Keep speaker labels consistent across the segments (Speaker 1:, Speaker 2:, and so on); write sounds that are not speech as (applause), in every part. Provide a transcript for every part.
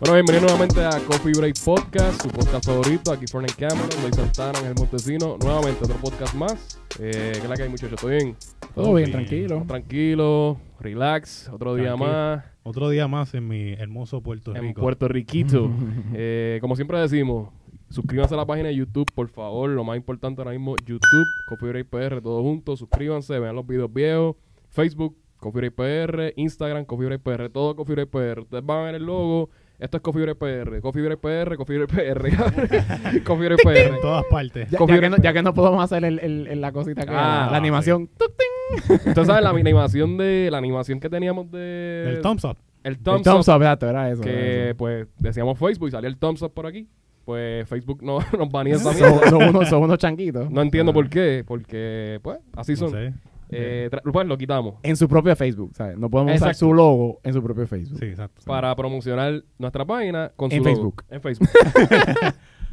Speaker 1: Bueno, bienvenidos nuevamente a Coffee Break Podcast, su podcast favorito. Aquí Fernan Cameron, Luis Santana, Ángel Montesino. Nuevamente otro podcast más. Eh, ¿Qué es la que hay, muchachos? ¿Todo bien?
Speaker 2: Todo bien, tranquilo.
Speaker 1: Tranquilo, relax, otro día
Speaker 3: Tranquilo.
Speaker 1: más
Speaker 3: Otro día más en mi hermoso Puerto
Speaker 1: en
Speaker 3: Rico.
Speaker 1: Puerto
Speaker 3: (laughs)
Speaker 1: Riquito. Eh, como siempre decimos, suscríbanse a la página de YouTube, por favor. Lo más importante ahora mismo, YouTube, Coffee Break PR, todo junto. Suscríbanse, vean los videos viejos. Facebook, Coffee Break PR. Instagram, Coffee Break PR. Todo Coffee Break PR. Ustedes van a ver el logo. Esto es Coffee Break PR. Coffee Break PR, Coffee Break PR. (laughs) Coffee Break
Speaker 3: En
Speaker 1: PR.
Speaker 3: todas partes.
Speaker 2: Ya,
Speaker 1: Confío
Speaker 2: ya que
Speaker 1: en-
Speaker 2: no, ya que no podemos hacer el- el- el- la cosita que
Speaker 1: Ah,
Speaker 2: la, la animación. Tuc, ting.
Speaker 1: Ustedes saben la animación de la animación que teníamos de
Speaker 3: El thumbs up.
Speaker 1: el
Speaker 2: El
Speaker 1: thumbs up.
Speaker 2: thumbs up, exacto, era eso.
Speaker 1: (laughs)
Speaker 2: era
Speaker 1: que
Speaker 2: eso.
Speaker 1: pues decíamos Facebook y salía el thumbs up por aquí. Pues Facebook no (laughs) nos banía esa mierda.
Speaker 2: Son, son unos, son unos changuitos.
Speaker 1: No entiendo por qué, porque pues así
Speaker 3: No
Speaker 1: son.
Speaker 3: sé.
Speaker 1: Eh, tra- pues lo quitamos
Speaker 2: En su propio Facebook, ¿sabes? No podemos usar
Speaker 1: Exacto.
Speaker 2: su logo en su propio Facebook.
Speaker 3: Sí, exacto.
Speaker 1: para promocionar nuestra página con su
Speaker 2: En
Speaker 1: logo.
Speaker 2: Facebook.
Speaker 1: En
Speaker 2: (laughs)
Speaker 1: Facebook.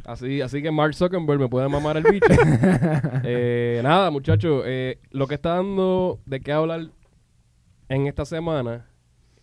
Speaker 1: así, así que Mark Zuckerberg me puede mamar el
Speaker 2: (laughs)
Speaker 1: bicho. Eh, nada, muchachos, eh, lo que está dando de qué hablar en esta semana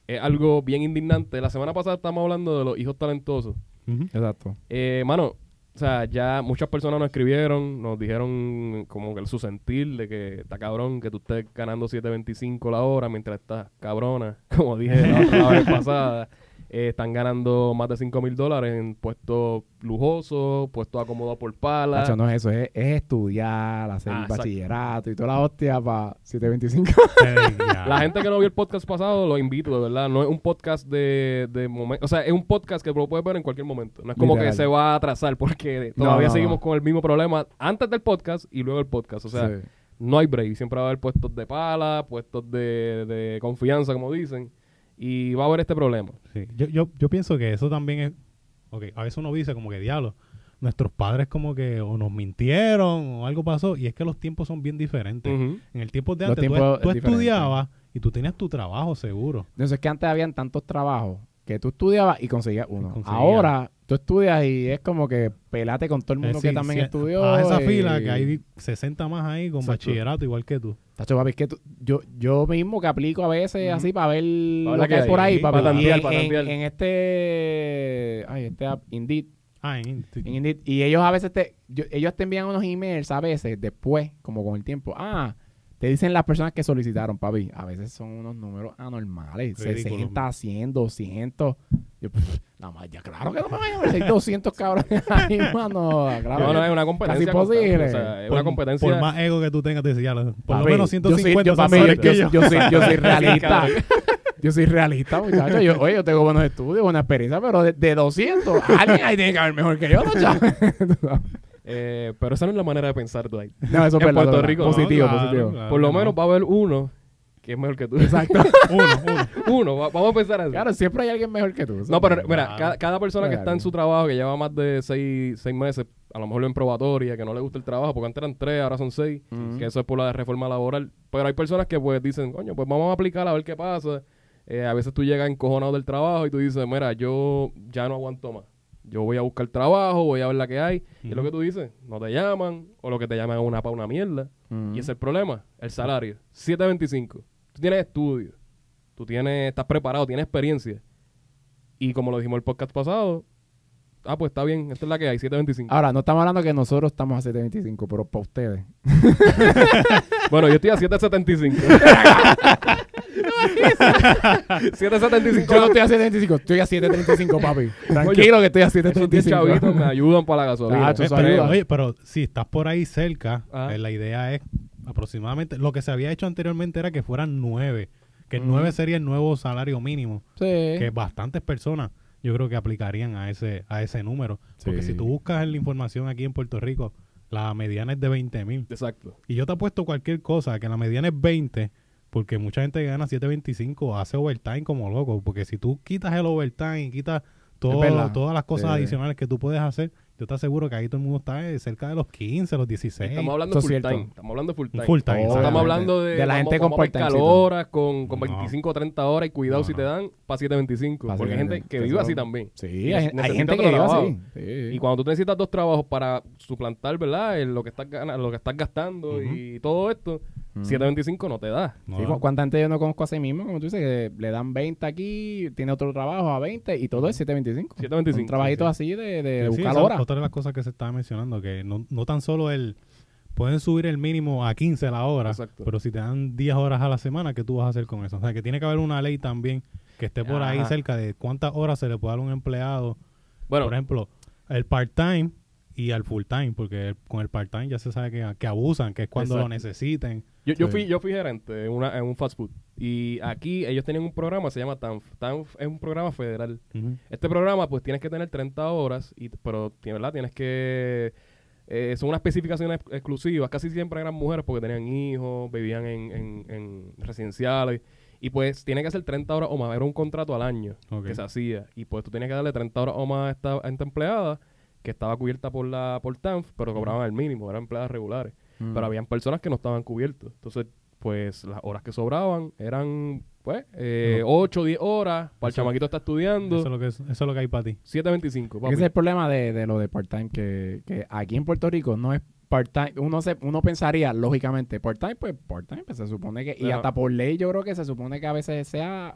Speaker 1: es algo bien indignante. La semana pasada estábamos hablando de los hijos talentosos.
Speaker 2: (laughs)
Speaker 3: Ujú.
Speaker 2: Exacto.
Speaker 1: Eh, mano, o sea, ya muchas personas nos escribieron, nos dijeron como que su sentir de que está cabrón que tú estés ganando 7.25 la hora mientras estás cabrona, (laughs) como dije la, otra- la vez pasada. Eh, están ganando más de 5 mil dólares en puestos lujosos, puestos acomodados por pala.
Speaker 2: Nacho, no es eso, es, es estudiar, hacer
Speaker 1: Ah, exacto.
Speaker 2: bachillerato y toda la hostia para 725.
Speaker 3: Eh, ya.
Speaker 1: La gente que no vio el podcast pasado, lo invito, de verdad. No es un podcast de, de momento. O sea, es un podcast que lo puedes ver en cualquier momento. No es como
Speaker 2: Literal.
Speaker 1: que se va a atrasar porque
Speaker 2: No,
Speaker 1: todavía
Speaker 2: no,
Speaker 1: seguimos
Speaker 2: no.
Speaker 1: con el mismo problema antes del podcast y luego el podcast. (laughs) O sea,
Speaker 2: Sí.
Speaker 1: no hay break. Siempre va a haber puestos de pala, puestos de, de confianza, como dicen. Y va a haber este problema.
Speaker 3: Sí. Yo, yo, yo pienso que eso también es... Ok, a veces uno dice como que, diablo, nuestros padres como que o nos mintieron o algo pasó. Y es que los tiempos son bien diferentes.
Speaker 1: Ujú.
Speaker 3: En el tiempo de
Speaker 2: Los
Speaker 3: antes tú,
Speaker 2: tiempos es
Speaker 3: tú
Speaker 2: diferente.
Speaker 3: estudiabas y tú tenías tu trabajo seguro.
Speaker 2: Entonces es que antes habían tantos trabajos que tú estudiabas y conseguías uno.
Speaker 3: Y conseguías.
Speaker 2: Ahora tú estudias y es como que pelate con todo el mundo
Speaker 3: Eh, sí,
Speaker 2: que también
Speaker 3: sí,
Speaker 2: estudió.
Speaker 3: A esa
Speaker 2: y-
Speaker 3: fila que hay 60 más ahí con
Speaker 2: Exacto.
Speaker 3: bachillerato igual que tú.
Speaker 2: Tacho, papi, es que tú- yo, yo mismo que aplico a veces
Speaker 3: Ujú.
Speaker 2: así para ver
Speaker 1: Para ver
Speaker 2: lo
Speaker 1: la
Speaker 2: que
Speaker 1: que
Speaker 2: hay
Speaker 1: hay.
Speaker 2: por ahí,
Speaker 3: Sí,
Speaker 2: papi.
Speaker 3: para
Speaker 2: Y
Speaker 1: tantear,
Speaker 2: en,
Speaker 1: para
Speaker 2: en-
Speaker 1: tantear.
Speaker 2: en este... Ay, este app, Indeed.
Speaker 3: Ah, en-
Speaker 2: en Indeed. Y ellos a veces te... yo- ellos te envían unos emails a veces después, como con el tiempo. Ah, te dicen las personas que solicitaron, papi. A veces son unos números anormales.
Speaker 3: Ridículo.
Speaker 2: 60, 100, 200. Yo, (laughs) pff, la más, ya claro que no me vayan a meter 200 cabrones ahí, (laughs) mano. Claro
Speaker 1: No,
Speaker 2: que-
Speaker 1: no, es una competencia.
Speaker 2: Casi
Speaker 1: constante,
Speaker 2: posible.
Speaker 1: O sea, es
Speaker 3: por-
Speaker 1: una competencia.
Speaker 3: Por más ego que tú tengas, te dice, ya, por lo
Speaker 2: Papi,
Speaker 3: menos 150
Speaker 2: yo soy, yo,
Speaker 3: son
Speaker 2: papi,
Speaker 3: mejores
Speaker 2: yo-
Speaker 3: que
Speaker 2: yo- yo soy, yo soy realista. yo soy realista, muchachos. Yo, oye, yo tengo buenos estudios, buena experiencia, pero de, de 200, (laughs) alguien ahí tiene que haber mejor que yo, (laughs) ¿no, chaval?
Speaker 1: eh, pero esa no es la manera de pensar, Dwight.
Speaker 2: No, eso es
Speaker 1: En
Speaker 2: verdad,
Speaker 1: Puerto
Speaker 2: verdad.
Speaker 1: Rico, no,
Speaker 2: (laughs) Positivo,
Speaker 3: claro,
Speaker 2: positivo.
Speaker 3: claro.
Speaker 1: por lo
Speaker 3: que Ah, no.
Speaker 1: menos va a haber uno que es mejor que tú.
Speaker 2: Exacto.
Speaker 3: Uno,
Speaker 2: (laughs)
Speaker 3: uno.
Speaker 1: (laughs) uno, va- vamos a pensar así.
Speaker 2: Claro, siempre hay alguien mejor que tú. eso
Speaker 1: No, pero
Speaker 2: es
Speaker 1: mira,
Speaker 3: Claro.
Speaker 1: cada, cada persona que
Speaker 2: Claro.
Speaker 1: está en su trabajo, que lleva más de seis, seis meses, a lo mejor en probatoria, que no le gusta el trabajo, porque antes eran tres, ahora son seis,
Speaker 2: Ujú.
Speaker 1: que eso es por la reforma laboral. Pero hay personas que pues dicen, coño, pues vamos a aplicar a ver qué pasa. Eh, a veces tú llegas encojonado del trabajo y tú dices, mira, yo ya no aguanto más. Yo voy a buscar trabajo, voy a ver la que hay. Y es lo que tú dices, no te llaman, o lo que te llaman es una pa' una mierda.
Speaker 2: Ujú.
Speaker 1: Y ese es el problema, el salario. 7.25. Tú tienes estudios, tú tienes, estás preparado, tienes experiencia. Y como lo dijimos el podcast pasado, ah, pues está bien, esta es la que hay, 7.25.
Speaker 2: Ahora, no estamos hablando que nosotros estamos a 725, pero para ustedes.
Speaker 1: Bueno, yo estoy a
Speaker 2: (laughs)
Speaker 1: 7.75. 7.75.
Speaker 2: Yo no estoy a 725, estoy a
Speaker 1: (laughs)
Speaker 2: 735, papi. Tranquilo que estoy a
Speaker 1: Esos 10 chavitos me
Speaker 2: 735.
Speaker 1: ayudan para la gasolina.
Speaker 2: Ah, tú
Speaker 3: Eh,
Speaker 2: Eso
Speaker 3: pero,
Speaker 2: ayuda. Ah.
Speaker 3: oye, pero si estás por ahí cerca,
Speaker 1: Ajá.
Speaker 3: eh, la idea es aproximadamente. Lo que se había hecho anteriormente era que fueran nueve. Que el nueve sería el nuevo salario mínimo. Que
Speaker 2: Sí.
Speaker 3: bastantes personas yo creo que aplicarían a ese a ese número. Porque
Speaker 2: Sí.
Speaker 3: si tú buscas la información aquí en Puerto Rico, la mediana es de 20 mil.
Speaker 1: Exacto.
Speaker 3: Y yo te apuesto cualquier cosa, que la mediana es 20. Porque mucha gente que gana 7.25 hace overtime como loco. Porque si tú quitas el overtime y quitas todo-
Speaker 2: Es verdad.
Speaker 3: todas las cosas
Speaker 2: Sí.
Speaker 3: adicionales que tú puedes hacer, yo te aseguro que ahí todo el mundo está eh, cerca de los 15, los 16.
Speaker 1: Estamos hablando
Speaker 2: eso
Speaker 1: de
Speaker 2: es
Speaker 1: full
Speaker 2: cierto.
Speaker 1: time. Estamos hablando de full time.
Speaker 3: Full time,
Speaker 1: No
Speaker 3: exacto.
Speaker 1: estamos hablando de,
Speaker 2: De la gente con
Speaker 1: calor
Speaker 2: part-timecito.
Speaker 1: horas, con, con
Speaker 3: No.
Speaker 1: 25 o 30 horas y cuidado
Speaker 3: No,
Speaker 1: si
Speaker 3: no.
Speaker 1: te dan para 7.25.
Speaker 2: Pa'
Speaker 1: porque hay gente
Speaker 2: 7.25,
Speaker 1: que vive así
Speaker 2: eso-
Speaker 1: también.
Speaker 2: Sí, hay, hay
Speaker 1: Necesita
Speaker 2: gente que
Speaker 1: otro
Speaker 2: lleva
Speaker 1: lavado.
Speaker 2: así. Sí.
Speaker 1: Y cuando tú necesitas dos trabajos para suplantar, ¿verdad? El- lo, que estás gana- lo que estás gastando y todo esto,
Speaker 2: Mm.
Speaker 1: 725 no te da.
Speaker 3: No,
Speaker 2: Sí, cu- ¿Cuánta gente yo no conozco a sí mismo? Como tú dices, que le dan 20 aquí, tiene otro trabajo a 20 y todo es 725.
Speaker 1: 725,
Speaker 2: Un trabajito así de, de
Speaker 3: Sí,
Speaker 2: buscar
Speaker 3: esa-
Speaker 2: horas.
Speaker 3: Otra de las cosas que se estaba mencionando, que no, no tan solo el... Pueden subir el mínimo a 15 la hora,
Speaker 1: Exacto.
Speaker 3: pero si te dan 10 horas a la semana, ¿qué tú vas a hacer con eso? O sea, que tiene que haber una ley también que esté por ahí
Speaker 2: Ajá.
Speaker 3: cerca de cuántas horas se le puede dar a un empleado.
Speaker 1: Bueno,
Speaker 3: por ejemplo, el part-time y al full-time, porque el- con el part-time ya se sabe que, que abusan, que es cuando lo
Speaker 1: Exacto.
Speaker 3: necesiten.
Speaker 1: Yo, yo,
Speaker 2: Sí.
Speaker 1: fui, yo fui gerente en, una, en un fast food. Y aquí ellos tenían un programa, se llama TANF. TANF es un programa federal. Este programa, pues tienes que tener 30 horas, y, pero tiene- ¿verdad? tienes que. eh, son unas especificaciones ex- exclusivas. Casi siempre eran mujeres porque tenían hijos, vivían en, en- en residenciales. Y pues tiene que hacer 30 horas o más. Era un contrato al año
Speaker 3: Ok.
Speaker 1: que se hacía. Y pues tú tenías que darle 30 horas o más a esta, a esta empleada que estaba cubierta por la por TANF,
Speaker 3: Mm.
Speaker 1: pero cobraban el mínimo, eran empleadas regulares.
Speaker 2: Mm.
Speaker 1: Pero habían personas que no estaban cubiertas. Entonces, pues las horas que sobraban eran, pues, eh, 8 o 10 horas. Para el
Speaker 3: Eso-
Speaker 1: chamaquito está estudiando.
Speaker 3: Eso, es lo que es- eso es lo que hay para ti.
Speaker 1: 725, papi.
Speaker 2: Ese es el problema de, de lo de part-time, que, que aquí en Puerto Rico no es part-time. Uno, se- uno pensaría, lógicamente, part-time, pues part-time, pues se supone que... Y
Speaker 1: Ajá.
Speaker 2: hasta por ley yo creo que se supone que a veces sea...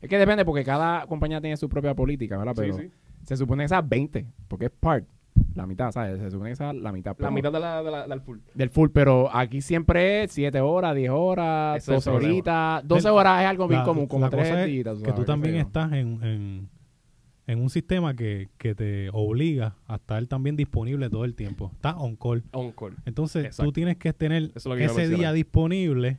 Speaker 2: Es que depende, porque cada compañía tiene su propia política, ¿verdad?
Speaker 1: Sí,
Speaker 2: Pero
Speaker 1: sí.
Speaker 2: se supone que sea 20, porque es part, la mitad, ¿sabes? Se supone que sea la mitad.
Speaker 1: La
Speaker 2: pero-
Speaker 1: mitad de la, de la- del full.
Speaker 2: Del full, pero aquí siempre es 7 horas, 10 horas,
Speaker 1: Ese es el
Speaker 2: 12
Speaker 1: problema.
Speaker 2: horitas. 12
Speaker 3: Del-
Speaker 2: horas es algo bien
Speaker 3: La-
Speaker 2: común, como
Speaker 3: la
Speaker 2: 3
Speaker 3: cosa es
Speaker 2: horitas.
Speaker 3: Que tú también estás en, en, en un sistema que, que te obliga a estar también disponible todo el tiempo. Estás on call.
Speaker 1: On call.
Speaker 3: Entonces
Speaker 1: Exacto.
Speaker 3: tú tienes que tener
Speaker 1: Eso es lo que iba a
Speaker 3: ese día
Speaker 1: mencionar.
Speaker 3: disponible,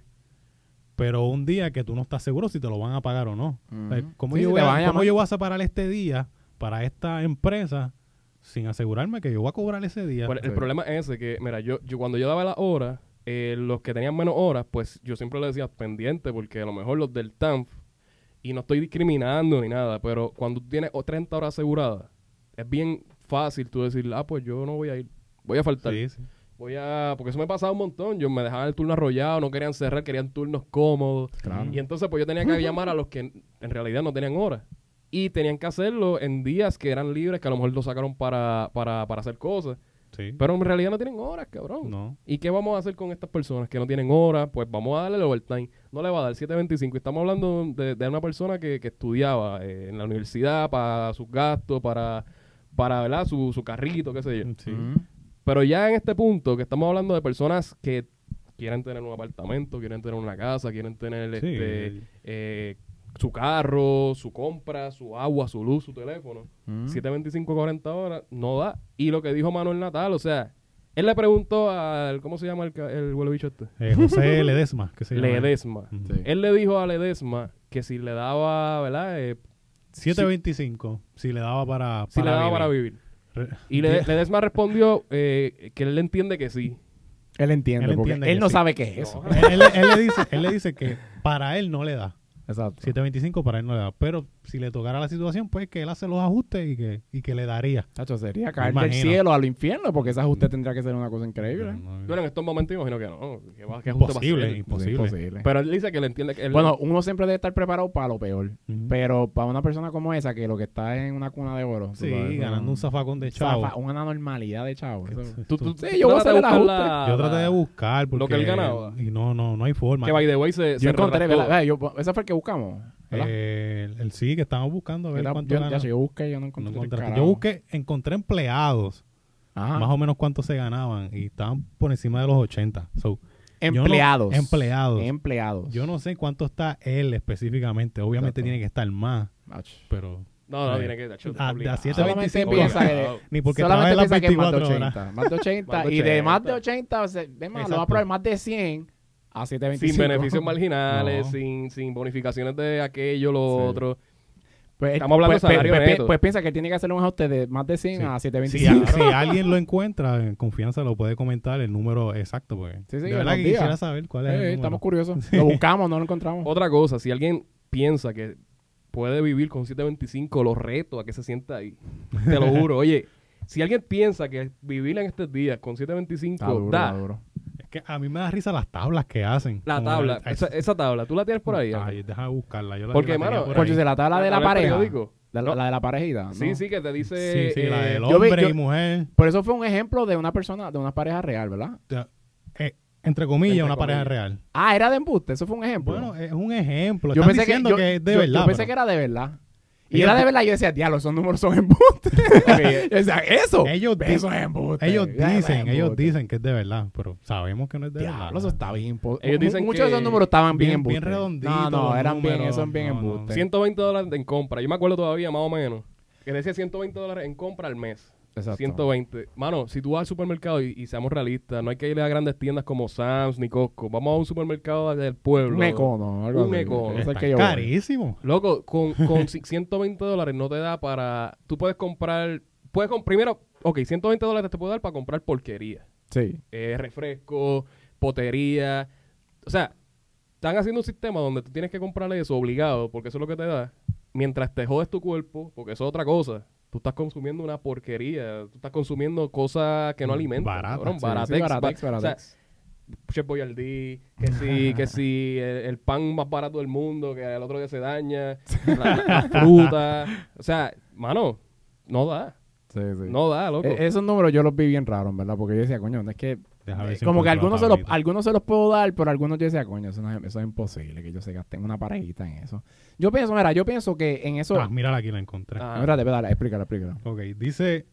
Speaker 3: pero un día que tú no estás seguro si te lo van a pagar o no.
Speaker 2: Ujú.
Speaker 3: O sea, ¿cómo,
Speaker 2: Sí,
Speaker 3: yo
Speaker 2: si
Speaker 3: voy
Speaker 2: te
Speaker 3: a-
Speaker 2: van a
Speaker 3: cómo
Speaker 2: llamar.
Speaker 3: yo voy a separar este día para esta empresa sin asegurarme que yo voy a cobrar ese día?
Speaker 1: Pues, el
Speaker 2: Sí.
Speaker 1: problema es ese que, mira, yo, yo cuando yo daba las horas, eh, los que tenían menos horas, pues yo siempre les decía pendiente, porque a lo mejor los del TANF, y no estoy discriminando ni nada, pero cuando tú tienes o- 30 horas aseguradas, es bien fácil tú decir, ah, pues yo no voy a ir, voy a faltar.
Speaker 3: Sí, sí.
Speaker 1: Voy a. Porque eso me pasaba un montón. Yo me dejaban el turno arrollado, no querían cerrar, querían turnos cómodos.
Speaker 2: Claro.
Speaker 1: Y entonces, pues yo tenía que llamar a los que en en realidad no tenían horas. Y tenían que hacerlo en días que eran libres, que a lo mejor lo sacaron para, para, para hacer cosas.
Speaker 3: Sí.
Speaker 1: Pero en realidad no tienen horas, cabrón.
Speaker 3: No.
Speaker 1: ¿Y qué vamos a hacer con estas personas que no tienen horas? Pues vamos a darle el overtime. No le va a dar 7.25. Estamos hablando de, de una persona que, que estudiaba eh, en la universidad para sus gastos, para, para ¿verdad? Su, su carrito, qué sé yo.
Speaker 3: Sí.
Speaker 1: Mm, Pero ya en este punto, que estamos hablando de personas que quieren tener un apartamento, quieren tener una casa, quieren tener
Speaker 3: Sí.
Speaker 1: este, eh, su carro, su compra, su agua, su luz, su teléfono. 725, 40 horas, no da. Y lo que dijo Manuel Natal, o sea, él le preguntó al, ¿cómo se llama el, ca- el huele bicho este?
Speaker 3: Eh, José Ledesma, que se llama.
Speaker 1: (laughs) Ledesma.
Speaker 3: Ujú.
Speaker 2: Sí.
Speaker 1: Él le dijo a Ledesma que si le daba, ¿verdad? Eh,
Speaker 3: 725, si le daba para,
Speaker 1: si le daba para vivir.
Speaker 3: Re-
Speaker 1: Y le,
Speaker 3: (laughs)
Speaker 1: Ledesma respondió eh, que él le entiende que sí.
Speaker 2: Él entiende,
Speaker 3: Él
Speaker 2: porque
Speaker 3: entiende
Speaker 2: él
Speaker 3: que
Speaker 2: no
Speaker 3: sí.
Speaker 2: sabe qué es eso.
Speaker 3: él, él- él le dice, él le dice que para él no le da.
Speaker 2: Exacto.
Speaker 3: 725 para él no le da. Pero si le tocara la situación, pues que él hace los ajustes y que, y que le daría.
Speaker 2: Chacho, sería caer del
Speaker 3: imagino.
Speaker 2: cielo al infierno, porque esa ajuste tendría que ser una cosa increíble.
Speaker 1: Bueno, en estos momentos imagino que no. Que va, que justo va a
Speaker 3: Imposible,
Speaker 1: ser.
Speaker 3: imposible.
Speaker 2: Imposible.
Speaker 1: Pero él dice que le entiende que él-
Speaker 2: bueno, uno siempre debe estar preparado para lo peor.
Speaker 3: Ujú.
Speaker 2: Pero para una persona como esa, que lo que está es en una cuna de oro. tú
Speaker 3: Sí,
Speaker 2: sabes,
Speaker 3: ganando
Speaker 2: ¿no?
Speaker 3: un zafacón de chavo.
Speaker 2: Zafa- Una normalidad de chavo. eso.
Speaker 1: tú, tú-
Speaker 2: Sí,
Speaker 1: tú
Speaker 2: yo voy a
Speaker 1: trata de
Speaker 2: hacer el
Speaker 1: buscar
Speaker 2: ajuste.
Speaker 1: la-
Speaker 3: Yo traté de buscar porque
Speaker 1: Lo que él ganaba.
Speaker 3: Y no, no, no hay forma.
Speaker 1: Que by the way se, se
Speaker 2: Yo encontré,
Speaker 1: retractó.
Speaker 2: ¿verdad? Yo, esa fue el que buscamos. ¿verdad?
Speaker 3: Eh, el, el sí que estábamos buscando a ver
Speaker 2: Era-
Speaker 3: cuánto
Speaker 2: yo,
Speaker 3: ganaba.
Speaker 2: chacho, yo busqué, yo no
Speaker 3: No
Speaker 2: encontré. el
Speaker 3: encontraste.
Speaker 2: carajo.
Speaker 3: Yo busqué, encontré empleados,
Speaker 2: Ajá.
Speaker 3: más o menos cuánto se ganaban y estaban por encima de los 80. So, yo no-
Speaker 2: Empleados.
Speaker 3: empleados.
Speaker 1: Pues.
Speaker 2: Empleados.
Speaker 3: Yo no sé cuánto está él específicamente. Obviamente
Speaker 2: Exacto.
Speaker 3: tiene que estar más,
Speaker 2: Ach.
Speaker 3: pero
Speaker 1: No, no,
Speaker 3: Eh,
Speaker 1: tiene que... Tacho,
Speaker 3: a- de a
Speaker 1: obligado.
Speaker 3: 725.
Speaker 2: Solamente piensa que-
Speaker 1: Obligado.
Speaker 3: Ni porque trabaja
Speaker 2: Solamente
Speaker 3: en las
Speaker 2: piensa que es más de
Speaker 3: 24 horas.
Speaker 2: 80. Más de 80.
Speaker 1: Más de
Speaker 2: y de más de
Speaker 1: 80.
Speaker 2: 80, o sea, de más, lo va a
Speaker 3: Exacto.
Speaker 2: probar más de 100 a 725.
Speaker 1: Sin beneficios marginales,
Speaker 3: No.
Speaker 1: sin, sin bonificaciones de aquello, lo
Speaker 3: Sí.
Speaker 1: otro.
Speaker 2: (laughs) Pues,
Speaker 1: Estamos hablando de
Speaker 2: pues,
Speaker 1: salario
Speaker 2: pues, pues,
Speaker 1: neto.
Speaker 2: pues piensa que tiene que hacerle un ajuste de más de 100
Speaker 3: Sí.
Speaker 2: a (laughs)
Speaker 3: si,
Speaker 2: 725.
Speaker 3: si alguien lo encuentra, en confianza lo puede comentar el número exacto. Porque
Speaker 2: Sí, sí,
Speaker 3: de
Speaker 2: que
Speaker 3: verdad
Speaker 2: nos
Speaker 3: que
Speaker 2: diga.
Speaker 3: quisiera saber cuál es
Speaker 2: Eh,
Speaker 3: el
Speaker 2: eh,
Speaker 3: número.
Speaker 2: estamos curiosos. Lo buscamos, no lo encontramos.
Speaker 1: Otra cosa, si alguien piensa que puede vivir con 725, lo reto a que se sienta ahí. Te lo juro. Oye, si alguien piensa que vivir en estos días con 725
Speaker 2: Está duro,
Speaker 1: da
Speaker 2: está duro.
Speaker 3: Es que a mí me da risa las tablas que hacen.
Speaker 1: la
Speaker 3: Como
Speaker 1: tabla,
Speaker 3: ay,
Speaker 1: esa, esa tabla, tú la tienes por ahí.
Speaker 3: ay, deja buscarla. Yo la,
Speaker 1: Porque,
Speaker 3: yo la tenía
Speaker 1: mano,
Speaker 3: por
Speaker 2: Porque
Speaker 3: ahí.
Speaker 2: se la tabla de la
Speaker 1: ¿Tabla del
Speaker 2: pareja.
Speaker 1: periódico?
Speaker 2: La, la
Speaker 1: No.
Speaker 2: de la parejita. ¿no?
Speaker 1: Sí, sí, que te dice...
Speaker 3: Sí, sí, la
Speaker 1: eh,
Speaker 3: del
Speaker 2: yo vi-
Speaker 3: hombre
Speaker 2: yo-
Speaker 3: y mujer.
Speaker 2: Pero eso fue un ejemplo de una persona, de una pareja real, ¿verdad?
Speaker 3: O sea, eh, entre comillas,
Speaker 1: Entre
Speaker 3: una pareja
Speaker 1: comillas.
Speaker 3: real.
Speaker 2: Ah, era de embuste, eso fue un ejemplo.
Speaker 3: Bueno, es un ejemplo.
Speaker 2: yo
Speaker 3: Están
Speaker 2: pensé que,
Speaker 3: diciendo
Speaker 2: yo-
Speaker 3: que es de
Speaker 2: yo- yo
Speaker 3: verdad.
Speaker 2: pensé
Speaker 3: pero-
Speaker 2: que era de verdad. Y
Speaker 3: Ellos-
Speaker 2: era de verdad, yo decía, diablo, esos números son embuste. (laughs) Yo decía, eso.
Speaker 3: Ellos di-
Speaker 2: eso es embuste.
Speaker 3: Ellos
Speaker 2: Eso es
Speaker 3: dicen, ellos
Speaker 2: embuste.
Speaker 3: dicen que es de verdad, pero sabemos que no es de verdad.
Speaker 2: Diablo, eso está bien. po-
Speaker 1: Ellos
Speaker 2: mu-
Speaker 1: dicen
Speaker 2: Muchos
Speaker 1: que
Speaker 2: de esos números estaban bien
Speaker 3: bien,
Speaker 2: embustes.
Speaker 3: bien redonditos.
Speaker 2: No, no,
Speaker 3: los
Speaker 2: eran bien,
Speaker 3: números,
Speaker 2: esos son bien
Speaker 3: no, no.
Speaker 2: embustes.
Speaker 1: 120 dólares en compra. Yo me acuerdo todavía, más o menos. Que decía 120 dólares en compra al mes.
Speaker 2: Exacto.
Speaker 1: 120. Mano, si tú vas al supermercado y, y seamos realistas, no hay que ir a grandes tiendas como Sam's ni Costco. Vamos a un supermercado del pueblo.
Speaker 2: Un econo, algo
Speaker 1: Un
Speaker 2: así.
Speaker 1: econo.
Speaker 2: Ese es el
Speaker 3: Están
Speaker 2: que yo voy.
Speaker 3: carísimo.
Speaker 1: Loco, con, con ci- 120 dólares no te da para. Tú puedes comprar. Puedes com- primero, ok, 120 dólares te puedo dar para comprar porquería.
Speaker 2: Sí.
Speaker 1: Eh, refresco, potería. O sea, están haciendo un sistema donde tú tienes que comprar eso obligado, porque eso es lo que te da. Mientras te jodes tu cuerpo, porque eso es otra cosa. Tú estás consumiendo una porquería. Tú estás consumiendo cosas que no
Speaker 3: Mm,
Speaker 1: alimentan.
Speaker 3: barata,
Speaker 1: cabrón,
Speaker 3: sí,
Speaker 2: sí,
Speaker 1: baratex,
Speaker 2: baratex,
Speaker 1: ba- o sea,
Speaker 2: baratex.
Speaker 1: Chef Boyardee, que sí, que sí, el, el pan más barato del mundo, que el otro día se daña, la, la fruta. O sea, mano, no da.
Speaker 2: Sí, sí.
Speaker 1: No da, loco.
Speaker 2: Eh, esos números yo los vi bien raros, en ¿verdad? Porque yo decía, coño, no es que.
Speaker 3: Deja ver
Speaker 2: eh,
Speaker 3: si
Speaker 2: como que
Speaker 3: encuentro
Speaker 2: algunos
Speaker 3: la
Speaker 2: se, los,
Speaker 3: tablita.
Speaker 2: algunos se los puedo dar, pero algunos yo decía, coño, eso, no es, eso es imposible que yo se gasten una parejita en eso. Yo pienso, mira, yo pienso que en eso.
Speaker 3: Ah, mírala aquí, la encontré.
Speaker 1: Ah.
Speaker 2: Espérate, espérate, explícala, explícala.
Speaker 3: Ok, dice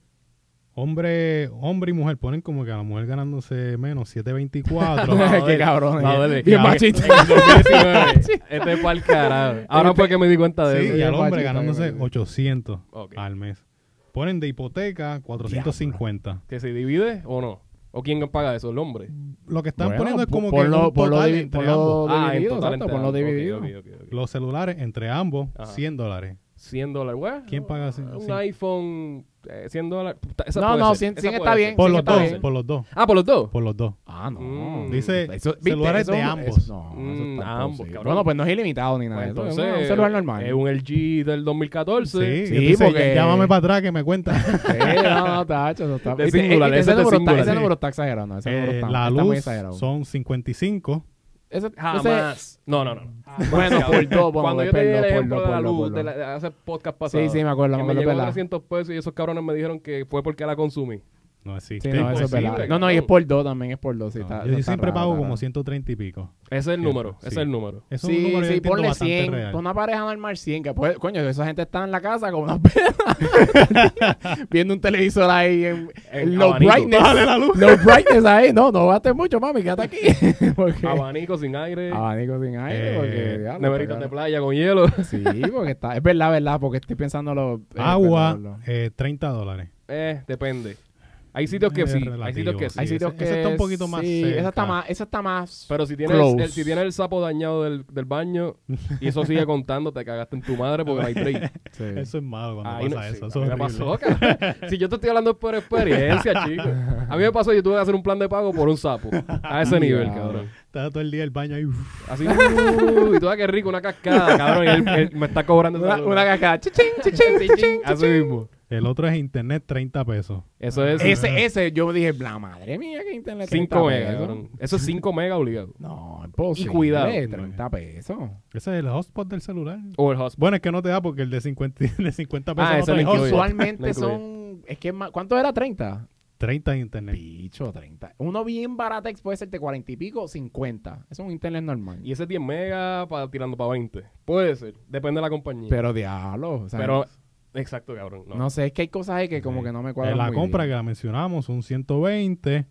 Speaker 3: hombre, hombre y mujer. Ponen como que a la mujer ganándose menos 7.24.
Speaker 2: (laughs) Qué cabrón. eh.
Speaker 1: No, dale.
Speaker 2: bien
Speaker 1: Cabrón.
Speaker 2: machista.
Speaker 1: (laughs) 2019. este es pa'l carajo. Ahora fue que me di cuenta de
Speaker 3: sí,
Speaker 1: eso.
Speaker 3: y al
Speaker 2: eh, Bien
Speaker 3: hombre
Speaker 2: machista, eh,
Speaker 3: ganándose
Speaker 2: bien machista.
Speaker 3: 800
Speaker 1: Ok.
Speaker 3: al mes. Ponen de hipoteca 450.
Speaker 1: ¿Que se divide o no? ¿O quién paga eso? ¿El hombre?
Speaker 3: Lo que están
Speaker 2: Bueno,
Speaker 3: poniendo es
Speaker 2: po-
Speaker 3: como
Speaker 2: ponlo-
Speaker 3: que un
Speaker 2: ponlo
Speaker 3: total
Speaker 2: divi-
Speaker 3: entre
Speaker 2: ponlo-
Speaker 3: ambos.
Speaker 1: Ah,
Speaker 2: dividido, exacto,
Speaker 1: entre
Speaker 2: ponlo
Speaker 1: ambos. Ok,
Speaker 2: dividido.
Speaker 1: ok, ok, ok.
Speaker 3: Los celulares entre ambos,
Speaker 1: Ajá.
Speaker 3: 100 dólares.
Speaker 1: 100 dólares, güey.
Speaker 3: ¿Quién paga así?
Speaker 1: Un
Speaker 3: Sí.
Speaker 1: iPhone, eh, 100 dólares. Puta, esa
Speaker 2: No,
Speaker 1: puede
Speaker 2: no,
Speaker 1: ser,
Speaker 2: 100,
Speaker 1: esa
Speaker 2: 100
Speaker 1: puede
Speaker 2: está
Speaker 1: ser.
Speaker 2: bien.
Speaker 3: Por
Speaker 2: Sí,
Speaker 3: los
Speaker 2: está
Speaker 3: dos,
Speaker 2: bien.
Speaker 3: por los dos,
Speaker 1: Ah, por los dos.
Speaker 3: por los dos.
Speaker 2: Ah, no.
Speaker 1: Mm.
Speaker 3: Dice,
Speaker 2: ¿viste?
Speaker 3: celulares de
Speaker 2: es-
Speaker 3: ambos.
Speaker 2: eso- no,
Speaker 1: Mm,
Speaker 2: eso está
Speaker 1: ambos,
Speaker 2: imposible.
Speaker 1: cabrón.
Speaker 2: Bueno, pues no es ilimitado ni nada.
Speaker 1: Pues
Speaker 2: eso
Speaker 1: entonces,
Speaker 2: es un celular normal.
Speaker 1: Es un LG del 2014.
Speaker 3: Sí,
Speaker 2: Sí,
Speaker 3: entonces,
Speaker 2: porque-
Speaker 3: Llámame para atrás que me
Speaker 2: (laughs)
Speaker 3: cuenta.
Speaker 2: (laughs) Sí, no, no, tacho, eso está.
Speaker 1: De
Speaker 2: Ese-
Speaker 1: singular,
Speaker 2: ese-
Speaker 1: (laughs) ese
Speaker 2: ese
Speaker 1: es de
Speaker 2: número está-
Speaker 1: singular.
Speaker 2: Ese
Speaker 1: Sí.
Speaker 2: número está exagerado, no. Ese
Speaker 3: Eh,
Speaker 2: número está,
Speaker 3: la
Speaker 2: está muy
Speaker 3: luz
Speaker 2: exagerado.
Speaker 3: son 55.
Speaker 2: Ese- ese-
Speaker 1: Jamás. No, no, no.
Speaker 2: (laughs) bueno, por dos, bueno,
Speaker 1: Cuando yo
Speaker 2: por
Speaker 1: te di el
Speaker 2: dos, por
Speaker 1: ejemplo
Speaker 2: dos,
Speaker 1: de la
Speaker 2: por dos, por
Speaker 1: luz, de,
Speaker 2: dos.
Speaker 1: la- de hace podcast pasado.
Speaker 2: Sí, sí, me acuerdo,
Speaker 1: que
Speaker 2: me
Speaker 1: me
Speaker 2: acuerdo,
Speaker 1: llegó
Speaker 2: ¿verdad?
Speaker 1: 300 pesos y esos cabrones me dijeron que fue porque la consumí.
Speaker 3: No
Speaker 2: Sí,
Speaker 3: existe.
Speaker 2: no, eso es
Speaker 1: imposible,
Speaker 2: verdad. No, no, y es
Speaker 1: cabrón.
Speaker 2: por dos también, es por dos. sí,
Speaker 3: No,
Speaker 2: está-
Speaker 3: yo,
Speaker 2: eso
Speaker 3: yo
Speaker 2: está
Speaker 3: siempre
Speaker 2: raro,
Speaker 3: pago
Speaker 2: está
Speaker 3: como
Speaker 2: raro.
Speaker 3: 130 y pico.
Speaker 1: Ese es el
Speaker 3: Sí,
Speaker 1: número,
Speaker 3: sí.
Speaker 1: ese es el número.
Speaker 3: Es un
Speaker 2: Sí,
Speaker 3: número yo
Speaker 2: sí,
Speaker 3: entiendo
Speaker 2: ponle
Speaker 3: bastante
Speaker 2: 100.
Speaker 3: real.
Speaker 2: Pon una pareja normal 100. Que puede, coño, esa gente está en la casa con
Speaker 3: (laughs)
Speaker 2: una (laughs) pena. viendo un televisor ahí en, en low
Speaker 1: abanico.
Speaker 2: brightness.
Speaker 3: Bájale la luz.
Speaker 2: Low
Speaker 3: (laughs)
Speaker 2: brightness ahí. No, no gastes mucho, mami, quédate aquí. (laughs)
Speaker 1: (laughs)
Speaker 2: Porque-
Speaker 1: Abanico sin aire,
Speaker 2: Abanico sin aire.
Speaker 3: Eh,
Speaker 2: porque, diablo,
Speaker 1: neveritas de
Speaker 2: está
Speaker 1: playa con hielo. (laughs)
Speaker 2: caro. Sí, porque está. Es verdad, verdad, porque estoy pensando lo. eh,
Speaker 3: Agua,
Speaker 2: perdón, lo-
Speaker 3: eh, 30 dólares.
Speaker 1: Eh, depende. Hay sitios que
Speaker 3: Es
Speaker 1: sí, hay
Speaker 3: relativo,
Speaker 1: sitios que
Speaker 3: sí.
Speaker 1: sí.
Speaker 2: Hay sitios
Speaker 3: ese-
Speaker 2: que.
Speaker 3: ese está un poquito más
Speaker 2: Sí, esa está
Speaker 3: cerca.
Speaker 2: más. Esa está más.
Speaker 1: Pero si tienes,
Speaker 2: Close.
Speaker 1: el, si tienes el sapo dañado del, del baño y eso sigue contando, te cagaste en tu madre porque no hay
Speaker 2: (laughs)
Speaker 1: break.
Speaker 2: sí.
Speaker 3: Eso es malo cuando
Speaker 1: Ahí no-
Speaker 3: pasa
Speaker 1: sí,
Speaker 3: eso.
Speaker 1: a
Speaker 3: eso
Speaker 1: mí
Speaker 3: es
Speaker 1: me
Speaker 3: horrible.
Speaker 1: pasó, cabrón. (laughs) Si yo te estoy hablando por
Speaker 2: (laughs)
Speaker 1: experiencia, chico. A mí me pasó, yo tuve que hacer un plan de pago por un sapo. A ese nivel,
Speaker 2: Diablo.
Speaker 1: cabrón.
Speaker 3: Estaba todo el día en el baño ahí. uff.
Speaker 1: Así, uh, y tú ves que rico, una cascada, cabrón. Y él, él me está cobrando esa
Speaker 2: Una,
Speaker 1: luz.
Speaker 2: una cascada. Chichín, chichín,
Speaker 1: Sí,
Speaker 2: chichín.
Speaker 1: (laughs) Así mismo.
Speaker 3: El otro es internet, 30 pesos.
Speaker 1: Eso es
Speaker 2: Ese, ese, yo dije, la madre mía, que internet.
Speaker 1: 5
Speaker 2: 30
Speaker 1: megas,
Speaker 2: pesos.
Speaker 1: cabrón. Eso es 5 megas obligado.
Speaker 2: No, imposible.
Speaker 1: Y cuidado.
Speaker 2: 30 pesos.
Speaker 3: Ese es el hotspot del celular.
Speaker 1: O el hotspot.
Speaker 3: Bueno, es que no te da porque el de 50, (laughs) el de 50 pesos
Speaker 1: Ah,
Speaker 3: no
Speaker 1: ese
Speaker 3: trae
Speaker 1: no incluye.
Speaker 3: hotspot.
Speaker 1: No
Speaker 2: Usualmente
Speaker 1: incluye.
Speaker 2: son. Es que es más. ¿Cuánto era 30?
Speaker 3: 30 en internet.
Speaker 2: Picho, 30. Uno bien baratex puede ser de 40 y pico, 50. Eso es un internet normal.
Speaker 1: Y ese es 10 megas pa- tirando para 20. Puede ser. Depende de la compañía. Pero,
Speaker 2: Pero diablo. O sea,
Speaker 1: exacto, cabrón. No.
Speaker 2: no. sé, es que hay cosas ahí que como que no me
Speaker 3: Eh,
Speaker 2: cuadran.
Speaker 3: la
Speaker 2: muy
Speaker 3: compra
Speaker 2: bien.
Speaker 3: que la mencionamos son 120.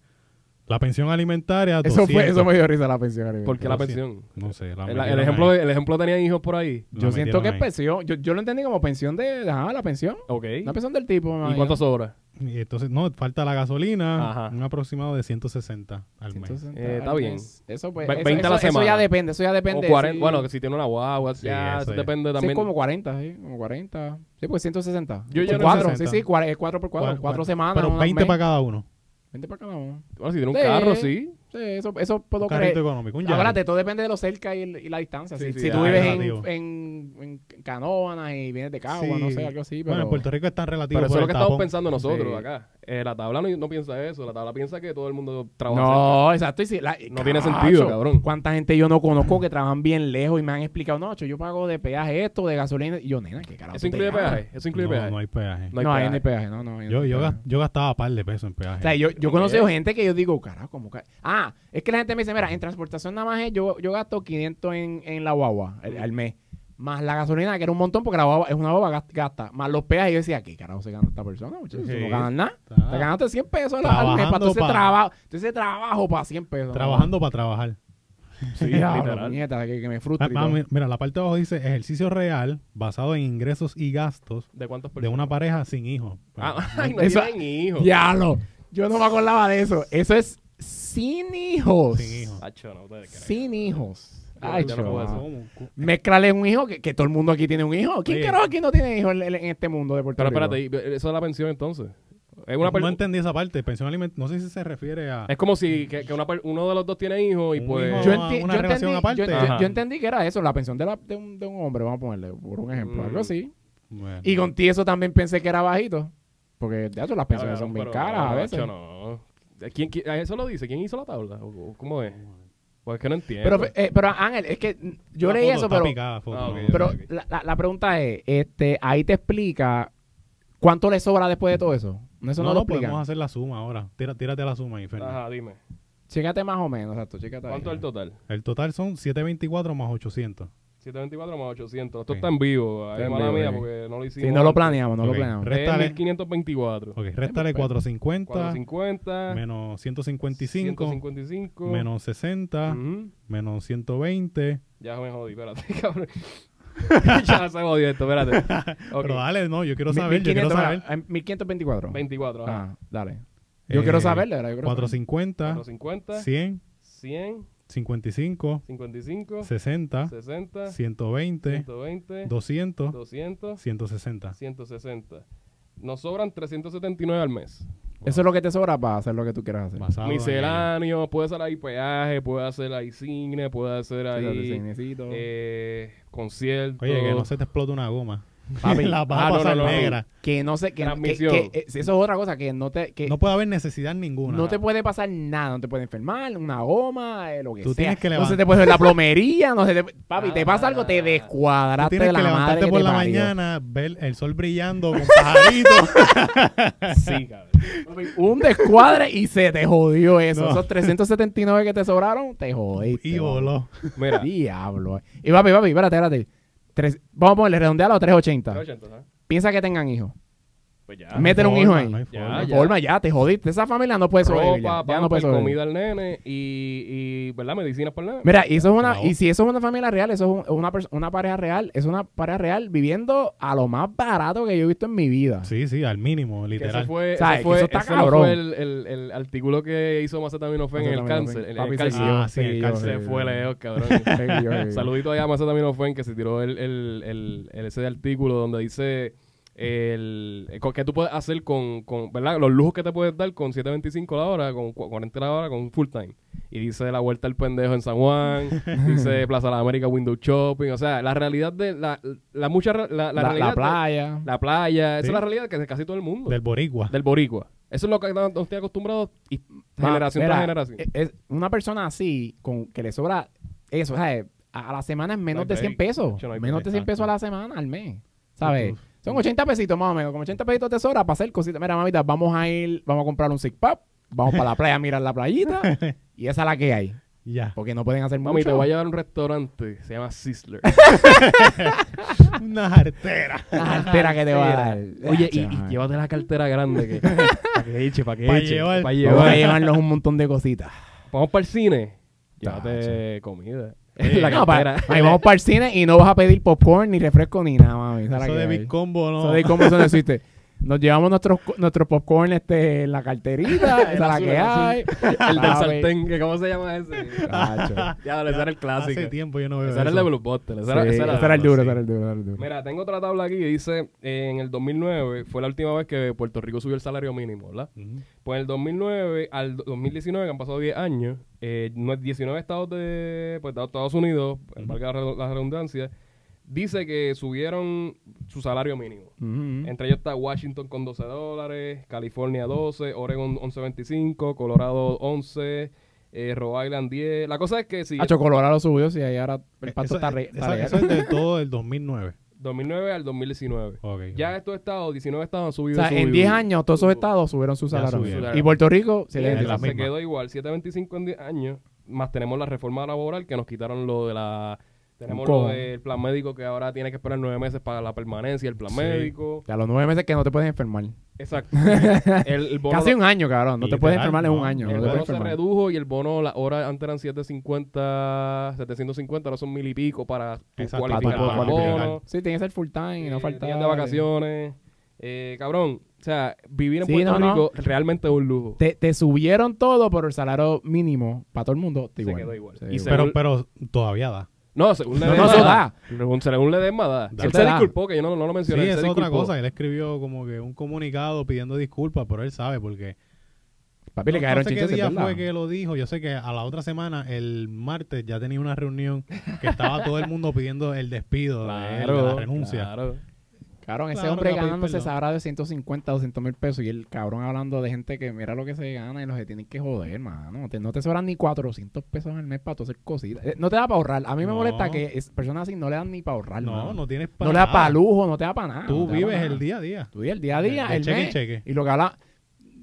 Speaker 3: La pensión alimentaria,
Speaker 2: Eso, fue,
Speaker 3: 200.
Speaker 2: eso me dio risa la pensión. Ariel.
Speaker 1: ¿Por qué la
Speaker 3: Pero sí.
Speaker 1: pensión?
Speaker 3: No sé. la
Speaker 1: El, el
Speaker 3: metieron
Speaker 1: ejemplo,
Speaker 3: ahí.
Speaker 1: el ejemplo tenía hijos por ahí.
Speaker 3: La
Speaker 2: Yo siento
Speaker 3: metieron
Speaker 2: que pues es
Speaker 3: ahí.
Speaker 2: pensión. Yo, yo lo entendí como pensión de. Ajá, la pensión.
Speaker 1: Ok.
Speaker 2: La pensión del tipo.
Speaker 1: ¿Y cuánto sobra?
Speaker 3: Y entonces, no, falta la gasolina,
Speaker 1: Ajá.
Speaker 3: un aproximado de 160 al mes.
Speaker 2: Entonces,
Speaker 1: Eh, está bien.
Speaker 2: Eso, pues,
Speaker 1: Ve-
Speaker 2: eso,
Speaker 1: 20 a la
Speaker 2: eso- eso
Speaker 1: semana.
Speaker 2: ya depende, eso ya depende.
Speaker 1: O 40,
Speaker 2: sí.
Speaker 1: Bueno, que si tiene una guagua,
Speaker 3: Sí,
Speaker 1: ya
Speaker 3: eso
Speaker 1: eso
Speaker 3: es.
Speaker 1: depende
Speaker 2: Sí,
Speaker 1: también.
Speaker 2: como 40, sí, como 40. Sí, pues 160.
Speaker 1: Yo lleno en
Speaker 2: 4, sí,
Speaker 3: 60.
Speaker 2: sí, 4 por 4,
Speaker 3: Cuatro-
Speaker 2: 4 semanas.
Speaker 3: Pero
Speaker 2: unos
Speaker 3: 20
Speaker 2: mes.
Speaker 3: para cada uno.
Speaker 2: 20 para cada uno.
Speaker 1: Bueno, si tiene un
Speaker 2: Sí.
Speaker 1: carro, sí.
Speaker 2: Sí, eso, eso
Speaker 3: Un
Speaker 2: puedo
Speaker 3: carrito
Speaker 2: creer.
Speaker 3: económico, un Yaris.
Speaker 2: Acuérdate, todo depende de lo cerca y, el- y la distancia.
Speaker 1: Sí,
Speaker 2: si
Speaker 1: sí,
Speaker 2: si
Speaker 1: ya,
Speaker 2: tú vives en,
Speaker 3: relativo.
Speaker 2: en en, en Canóvanas y vienes de Cagua,
Speaker 3: Sí.
Speaker 2: no sé, algo así. Pero,
Speaker 3: Bueno, en Puerto Rico es tan relativo.
Speaker 1: Pero eso
Speaker 3: por
Speaker 1: es lo
Speaker 3: el
Speaker 1: que
Speaker 3: tapón.
Speaker 1: estamos pensando nosotros
Speaker 2: Sí.
Speaker 1: acá. Eh, la tabla no, no piensa eso. La tabla piensa que todo el mundo trabaja cerca.
Speaker 2: No, exacto. y si la-
Speaker 1: No tiene sentido, cabrón.
Speaker 2: ¿Cuánta gente yo no conozco que trabajan bien lejos y me han explicado, no, cho, yo pago de peaje esto, de gasolina? Y yo, nena, ¿qué carajo?
Speaker 1: Eso
Speaker 2: tú
Speaker 1: incluye
Speaker 2: pagas?
Speaker 1: peaje. E, Eso incluye
Speaker 3: no,
Speaker 1: peaje.
Speaker 3: No hay peaje.
Speaker 1: No hay
Speaker 2: no, ahí
Speaker 1: peaje.
Speaker 2: no hay peaje, no, no. ahí no
Speaker 3: yo,
Speaker 2: hay
Speaker 3: yo,
Speaker 2: peaje.
Speaker 3: gas- yo gastaba par de pesos en peaje.
Speaker 2: O sea, yo, yo he conocido
Speaker 1: Ok.
Speaker 2: gente que yo digo, carajo, como que... Ah, es que la gente me dice, mira, en transportación nada más es, yo, yo gasto 500 en, en la guagua al, al mes. Más la gasolina, que era un montón, porque la guagua es una guagua gas- gasta. Más los peajes. Y yo decía, ¿qué carajo se gana esta persona? muchacho?
Speaker 3: Sí.
Speaker 2: No ganan nada.
Speaker 3: Está
Speaker 2: Te ganaste 100 pesos al- al mes para todo ese
Speaker 3: Trabajando pa-
Speaker 2: trabajo. Todo ese trabajo para 100 pesos.
Speaker 3: Trabajando para trabajar.
Speaker 1: Sí,
Speaker 2: (laughs) Diablo,
Speaker 1: literal.
Speaker 2: puñeta, que, que me
Speaker 3: Ah,
Speaker 2: frustra. y
Speaker 3: ah,
Speaker 2: todo.
Speaker 3: mira, mira, la parte de abajo dice ejercicio real basado en ingresos y gastos
Speaker 1: ¿De cuántas
Speaker 3: de
Speaker 1: personas?
Speaker 3: una pareja sin Pues, hijos.
Speaker 1: (laughs) Ah, ay, no
Speaker 2: Eso-
Speaker 1: tienen hijos.
Speaker 2: Diablo. Yo no me acordaba de eso. Eso es sin hijos.
Speaker 3: Sin hijos.
Speaker 1: Tacho, no te creas.
Speaker 2: Sin hijos.
Speaker 1: Yo
Speaker 2: Ay,
Speaker 1: ya no puedo
Speaker 2: chaval.
Speaker 1: hacer.
Speaker 2: Mézclale un hijo, que, que todo el mundo aquí tiene un hijo. ¿Quién
Speaker 3: Oye.
Speaker 2: carajo aquí no tiene hijo en, en- en este mundo de Puerto
Speaker 1: Pero
Speaker 2: Rico?
Speaker 1: espérate, ¿y- eso es la pensión entonces. Es una
Speaker 3: No,
Speaker 1: per-
Speaker 3: entendí esa parte. Pensión aliment- No sé si se refiere a.
Speaker 1: Es como si que, que una per- uno de los dos tiene hijos y
Speaker 3: Un
Speaker 1: pues.
Speaker 3: hijo-
Speaker 2: Yo,
Speaker 3: Ah,
Speaker 2: enti-
Speaker 3: una
Speaker 2: yo
Speaker 3: relación aparte.
Speaker 2: entendí, yo- yo-
Speaker 1: Ajá.
Speaker 2: yo entendí que era eso, la pensión de, la- de un, de un hombre, vamos a ponerle, por un ejemplo,
Speaker 1: Mm.
Speaker 2: algo así.
Speaker 3: Bueno.
Speaker 2: Y con ti eso también pensé que era bajito. Porque de hecho las
Speaker 1: Claro,
Speaker 2: pensiones son bien
Speaker 1: pero-
Speaker 2: caras a
Speaker 1: pero,
Speaker 2: veces.
Speaker 1: macho, no. ¿Quién, quién- eso lo dice? ¿Quién hizo la tabla? ¿O- o ¿Cómo es? Pues es que no entiendo.
Speaker 2: Pero, eh, pero Ángel, es que mm, yo
Speaker 3: Está
Speaker 2: leí
Speaker 3: foto,
Speaker 2: eso,
Speaker 3: está
Speaker 2: pero,
Speaker 3: picada la foto,
Speaker 1: Ah,
Speaker 3: no.
Speaker 1: ok, ok.
Speaker 2: pero la, la- la pregunta es, este, ahí te explica cuánto le sobra después de todo eso. Eso no,
Speaker 3: no,
Speaker 2: lo
Speaker 3: no,
Speaker 2: explica.
Speaker 3: podemos hacer la suma ahora. Tira- tírate la suma ahí, Fernan.
Speaker 1: Ajá, dime.
Speaker 2: Chécate más o menos, exacto, chécate ahí.
Speaker 1: ¿Cuánto es el total?
Speaker 3: El total son 724 más 800.
Speaker 1: 724 más 800. Esto
Speaker 3: Sí.
Speaker 1: está en vivo. Ahí
Speaker 2: Está en
Speaker 1: mala
Speaker 2: vivo,
Speaker 1: mía
Speaker 2: sí.
Speaker 1: porque no lo
Speaker 2: Si
Speaker 1: hicimos.
Speaker 2: no lo planeamos, no
Speaker 3: Ok.
Speaker 2: lo planeamos.
Speaker 3: Re-
Speaker 1: Es
Speaker 3: Réstale.
Speaker 1: 1524.
Speaker 3: Ok, réstale 450,
Speaker 1: 450.
Speaker 3: menos 155,
Speaker 1: 155.
Speaker 3: menos 60,
Speaker 1: Ujú.
Speaker 3: menos 120.
Speaker 1: Ya me jodí, espérate, (laughs) cabrón. ya se jodió esto, espérate.
Speaker 3: (laughs)
Speaker 1: Ok,
Speaker 3: Pero dale, no, yo quiero
Speaker 2: Mi-
Speaker 3: saber, yo quiero
Speaker 2: 1500,
Speaker 3: saber. Eh,
Speaker 2: mira, en 1524.
Speaker 1: 24, ajá.
Speaker 2: Ah, dale. Yo quiero saber, la verdad. yo quiero saber.
Speaker 3: 450,
Speaker 1: 450,
Speaker 3: 100,
Speaker 1: 100,
Speaker 3: 55,
Speaker 1: 55,
Speaker 3: 60,
Speaker 1: 60,
Speaker 3: 120,
Speaker 1: 120,
Speaker 3: 200,
Speaker 1: 200,
Speaker 3: 160.
Speaker 1: 160. Nos sobran 379 al mes.
Speaker 2: Eso es lo que te sobra para hacer lo que tú quieras hacer.
Speaker 3: Basado en-
Speaker 1: Misceláneo, puede ser ahí peaje, puede hacer ahí cine, puede hacer
Speaker 2: Sí, dale, sí,
Speaker 1: ahí
Speaker 2: necesito. (laughs)
Speaker 1: eh, concierto.
Speaker 3: Oye, que no se te explota una goma.
Speaker 2: Papi,
Speaker 3: la vas a
Speaker 1: ah, no,
Speaker 3: pasar
Speaker 1: no, no, no.
Speaker 3: negra.
Speaker 2: Que no sé, que, que,
Speaker 1: Transmisión.
Speaker 2: que- eh, eso es otra cosa, que no te, que
Speaker 3: No puede haber necesidad ninguna.
Speaker 2: no te puede pasar nada, no te puede enfermar, una goma, eh, lo que
Speaker 3: Tú
Speaker 2: sea.
Speaker 3: tienes que
Speaker 2: no se
Speaker 3: levantar-
Speaker 2: te puede hacer la plomería, no se te, papi, te pasa algo,
Speaker 1: Ah.
Speaker 2: te
Speaker 3: Tú
Speaker 2: descuadraste
Speaker 3: tienes
Speaker 2: de
Speaker 3: que
Speaker 2: la madre
Speaker 3: levantarte
Speaker 2: que
Speaker 3: por
Speaker 2: te
Speaker 3: la
Speaker 2: parió. (laughs)
Speaker 3: mañana, ver el sol brillando con pajaritos.
Speaker 1: Sí, cabrón.
Speaker 2: Un descuadre y se te jodió eso.
Speaker 3: No.
Speaker 2: Esos 379 que te sobraron, te
Speaker 3: (laughs)
Speaker 2: jodiste.
Speaker 3: y
Speaker 2: papi.
Speaker 3: voló.
Speaker 1: Mira,
Speaker 2: (laughs) Diablo. eh. Y papi, papi, espérate, espérate. Tres- vamos a ponerle redondealo a 380.
Speaker 1: 380, ¿sabes?
Speaker 2: Piensa que tengan hijos.
Speaker 1: Pues ya.
Speaker 2: Me- Métele
Speaker 3: No
Speaker 2: un
Speaker 3: hay
Speaker 2: hijo
Speaker 3: forma,
Speaker 2: ahí.
Speaker 3: no hay
Speaker 1: Ya,
Speaker 3: forma.
Speaker 1: Ah,
Speaker 2: De
Speaker 1: ya.
Speaker 2: forma, ya te jodiste. Esa familia no puede sobrevivir.
Speaker 1: ropa,
Speaker 2: Ya,
Speaker 1: pan,
Speaker 2: ya no puede
Speaker 1: para
Speaker 2: sobrevivir.
Speaker 1: comida al nene y, y ¿verdad? Medicinas para el nene.
Speaker 2: Mira, y eso es una,
Speaker 3: No.
Speaker 2: y si eso es una familia real, eso es un- una, pers- una pareja real, es una pareja real viviendo a lo más barato que yo he visto en mi vida.
Speaker 3: Sí, sí, al mínimo,
Speaker 1: Que
Speaker 3: literal.
Speaker 1: eso fue,
Speaker 2: ¿Sabes?
Speaker 1: eso
Speaker 2: Que
Speaker 1: fue,
Speaker 2: eso está
Speaker 1: ese no
Speaker 2: cabrón.
Speaker 1: fue el, el, el artículo que hizo Macetaminofen en el cáncer. En el cáncer.
Speaker 3: siguió. Ah, sí, el
Speaker 1: Se
Speaker 3: cáncer.
Speaker 1: fue lejos, cabrón. Saludito allá a Macetaminofen que se tiró el, el, el, el- ese artículo donde dice el, el co- qué tú puedes hacer con, con, ¿verdad? Los lujos que te puedes dar con 7.25 la hora, con cu- 40 la hora, con full time. Y dice la vuelta al pendejo en San Juan, dice Plaza de la América Window Shopping, o sea, la realidad de la, la mucha re- la, la
Speaker 2: La,
Speaker 1: realidad
Speaker 2: la
Speaker 1: de-
Speaker 2: playa.
Speaker 1: la playa, esa
Speaker 3: Sí.
Speaker 1: es la realidad que de casi todo el mundo
Speaker 3: Del boricua.
Speaker 1: del boricua. Eso es lo que no, no estoy acostumbrado y
Speaker 2: Ma,
Speaker 1: generación
Speaker 2: mira,
Speaker 1: tras generación.
Speaker 2: eh, Es, una persona así, con que le sobra eso, ¿sabes? A, a la semana es menos
Speaker 1: hay
Speaker 2: de 100
Speaker 1: break.
Speaker 2: pesos.
Speaker 1: Yo no hay
Speaker 2: menos
Speaker 3: break,
Speaker 2: de 100 pesos a
Speaker 3: exacto.
Speaker 2: la semana, al mes. ¿Sabes?
Speaker 3: Uf.
Speaker 2: Son 80 pesitos más o menos. Con 80 pesitos te sobra para hacer cositas. Mira, mamita, vamos a ir, vamos a comprar un six pack, vamos para la playa a mirar
Speaker 1: (laughs)
Speaker 2: la playita. y esa es la que hay. (laughs)
Speaker 3: Ya. (laughs)
Speaker 2: Porque no pueden hacer
Speaker 1: Mami,
Speaker 2: mucho.
Speaker 1: te voy a llevar a un restaurante, se llama Sizzler.
Speaker 3: Una jartera.
Speaker 2: (laughs) La altera que te va a dar.
Speaker 1: Oye, y,
Speaker 2: Chaval.
Speaker 1: y llévate la cartera grande
Speaker 2: (laughs)
Speaker 1: que para que eche, para que
Speaker 3: Pa'
Speaker 1: eche,
Speaker 3: llevar.
Speaker 1: pa'
Speaker 2: Vamos a
Speaker 1: llevar.
Speaker 2: llevarnos un montón
Speaker 1: (laughs)
Speaker 2: de cositas.
Speaker 1: Vamos para el cine.
Speaker 2: Ya,
Speaker 1: Llévate comida.
Speaker 2: (laughs)
Speaker 1: la
Speaker 2: No, pa-
Speaker 1: cartera.
Speaker 2: mami, vamos para el cine y no vas a pedir popcorn, ni refresco, ni nada, mami. Esa es la
Speaker 3: Eso
Speaker 2: que
Speaker 3: de
Speaker 2: hay.
Speaker 3: Big Combo, no. (laughs)
Speaker 2: Eso de cómo eso no existe. Nos llevamos nuestros nuestro popcorn este, en
Speaker 1: (laughs)
Speaker 2: la carterita, esa es la
Speaker 1: azul,
Speaker 2: que
Speaker 1: el azul.
Speaker 2: hay.
Speaker 1: (laughs) El del
Speaker 2: Sabe.
Speaker 1: sartén, que cómo se llama
Speaker 2: (laughs)
Speaker 1: ese.
Speaker 2: Cacho.
Speaker 1: Ya, ese era el clásico.
Speaker 3: Hace tiempo yo no veo
Speaker 1: Ese era el
Speaker 3: eso.
Speaker 1: de Blue Bottle. Ese era,
Speaker 2: Sí,
Speaker 1: ese era-
Speaker 2: ese era el duro,
Speaker 3: sí.
Speaker 2: ese era el duro, ese era el duro.
Speaker 1: Mira, tengo otra tabla aquí que dice, eh, en el 2009 fue la última vez que Puerto Rico subió el salario mínimo, ¿verdad?
Speaker 3: Ujú. Eh,
Speaker 1: Pues en el 2009 al do- 2019, que han pasado 10 años, eh, nue- 19 estados de pues, de Estados Unidos, valga la re- la redundancia, dice que subieron su salario mínimo.
Speaker 2: Ujú.
Speaker 1: Entre ellos está Washington con 12 dólares, California 12, Oregon 11.25, Colorado 11, eh, Rhode Island 10. La cosa es que si
Speaker 2: Hacho, Colorado subió, sí, ahí ahora el pato
Speaker 3: Eso-
Speaker 2: está re. está
Speaker 3: esa-
Speaker 2: real.
Speaker 3: Eso es de todo el 2009.
Speaker 1: 2009 al 2019.
Speaker 3: Ok,
Speaker 1: Ya
Speaker 3: ok.
Speaker 1: estos estados, 19 estados han
Speaker 2: O
Speaker 1: subido.
Speaker 2: sea,
Speaker 1: su-
Speaker 2: en 10 años todos esos
Speaker 1: su-
Speaker 2: estados subieron su
Speaker 3: Ya
Speaker 2: salario.
Speaker 3: subieron.
Speaker 2: Y Puerto Rico se
Speaker 1: Sí,
Speaker 2: le
Speaker 3: es
Speaker 1: entonces
Speaker 3: la
Speaker 1: se
Speaker 3: misma.
Speaker 1: quedó igual, 7.25 en 10 años, más tenemos la reforma laboral que nos quitaron lo de la... Tenemos lo
Speaker 2: ¿Cómo?
Speaker 1: del plan médico que ahora tiene que esperar nueve meses para la permanencia, el plan
Speaker 3: Sí.
Speaker 1: médico.
Speaker 2: A los nueve meses que no te puedes enfermar. (laughs)
Speaker 1: Exacto. el, el bono,
Speaker 2: Casi un año, cabrón. No te
Speaker 3: Literal,
Speaker 2: puedes enfermar en
Speaker 3: no.
Speaker 2: un año.
Speaker 1: el
Speaker 2: No te
Speaker 1: bono
Speaker 2: puedes
Speaker 1: se
Speaker 2: enfermar.
Speaker 1: redujo y el bono, la hora antes eran 750, 750, ahora son mil y pico para tú
Speaker 3: Exacto,
Speaker 2: Para
Speaker 1: cualificar
Speaker 2: tu-
Speaker 1: para
Speaker 3: para
Speaker 1: el
Speaker 3: cualificar.
Speaker 1: bono.
Speaker 2: Sí, tiene que ser full time y no
Speaker 1: eh,
Speaker 2: faltar.
Speaker 1: días de vacaciones. Eh, cabrón, o sea, vivir en
Speaker 2: Sí,
Speaker 1: Puerto
Speaker 2: no, no.
Speaker 1: Rico realmente es un lujo.
Speaker 2: Te, te subieron todo, pero el salario mínimo para todo el mundo está
Speaker 1: Se
Speaker 2: igual.
Speaker 1: quedó igual.
Speaker 2: Se
Speaker 1: Y se-
Speaker 3: Pero, pero todavía da.
Speaker 1: No, según
Speaker 2: No,
Speaker 1: Ledesma.
Speaker 2: no, eso da.
Speaker 1: Según, según Ledesma da.
Speaker 3: Da.
Speaker 1: Él
Speaker 2: Eso
Speaker 1: se
Speaker 2: da.
Speaker 1: disculpó, que yo no, no lo
Speaker 3: Sí,
Speaker 1: mencioné. él
Speaker 3: es
Speaker 1: se
Speaker 3: otra
Speaker 1: disculpó.
Speaker 3: cosa. Él escribió como que un comunicado pidiendo disculpas, pero él sabe porque...
Speaker 2: Papi, le
Speaker 3: no- no
Speaker 2: cayeron
Speaker 3: sé qué
Speaker 2: chistes,
Speaker 3: día
Speaker 2: ¿verdad?
Speaker 3: fue que lo dijo. Yo sé que a la otra semana, el martes, ya tenía una reunión que
Speaker 2: (laughs)
Speaker 3: estaba todo el mundo pidiendo el despido, de él, de la renuncia.
Speaker 1: claro.
Speaker 2: Cabrón, ese
Speaker 3: Claro,
Speaker 2: hombre
Speaker 3: que va a pedir
Speaker 2: ganándose
Speaker 3: perdón.
Speaker 2: sabrá de 150, 200 mil pesos. Y el cabrón hablando de gente que mira lo que se gana y los que tienen que joder, mano. No te, no te sobran ni 400 pesos al mes para tú hacer cositas. Eh, No te da para ahorrar. A mí me
Speaker 3: No.
Speaker 2: molesta que es- personas así no le dan ni para ahorrar.
Speaker 3: No,
Speaker 2: mano.
Speaker 3: no tienes
Speaker 2: No le da para
Speaker 3: nada.
Speaker 2: lujo, no te da para nada.
Speaker 3: Tú
Speaker 2: no te da pa'
Speaker 3: vives
Speaker 2: nada.
Speaker 3: el día a día.
Speaker 2: Tú vives el día a día,
Speaker 3: De
Speaker 2: el
Speaker 3: cheque en
Speaker 2: mes.
Speaker 3: cheque.
Speaker 2: Y lo que habla,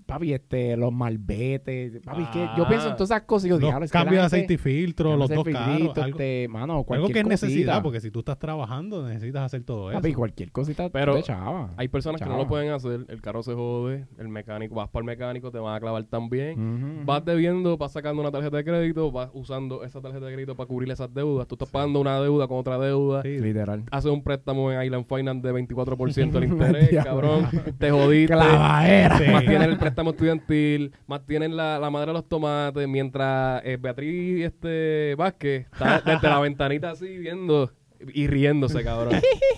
Speaker 2: papi, este, los malbetes. Papi, es que yo
Speaker 1: Ah.
Speaker 2: pienso en todas esas cosas y yo digo, "Diablo,
Speaker 3: los
Speaker 2: es que la
Speaker 3: cambios de
Speaker 2: gente-
Speaker 3: aceite y filtro, los
Speaker 2: Llámese
Speaker 3: dos
Speaker 2: filtrito,
Speaker 3: carros. Algo,
Speaker 2: este, mano,
Speaker 3: algo
Speaker 2: cualquier
Speaker 3: que es necesidad,
Speaker 2: cosita.
Speaker 3: porque si tú estás trabajando, necesitas hacer todo eso.
Speaker 2: (laughs) Papi, cualquier cosita
Speaker 1: pues. Pero
Speaker 2: te echaba.
Speaker 1: Hay personas que no
Speaker 2: Chao.
Speaker 1: lo pueden hacer. El carro se jode. El mecánico, vas para el mecánico, te van a clavar también.
Speaker 2: Ujú.
Speaker 1: Vas debiendo, vas sacando una tarjeta de crédito, vas usando esa tarjeta de crédito para cubrir esas deudas. Tú estás pagando una deuda con otra deuda.
Speaker 3: Sí.
Speaker 2: Literal.
Speaker 1: Haces un préstamo en Island Finance de 24% el interés, cabrón. Te jodiste.
Speaker 2: Clavadera.
Speaker 3: Sí.
Speaker 1: Más tienen el préstamo estudiantil, más tienen la, la madre de los tomates, mientras eh, Beatriz este, Vázquez está desde la ventanita así viendo y riéndose, cabrón.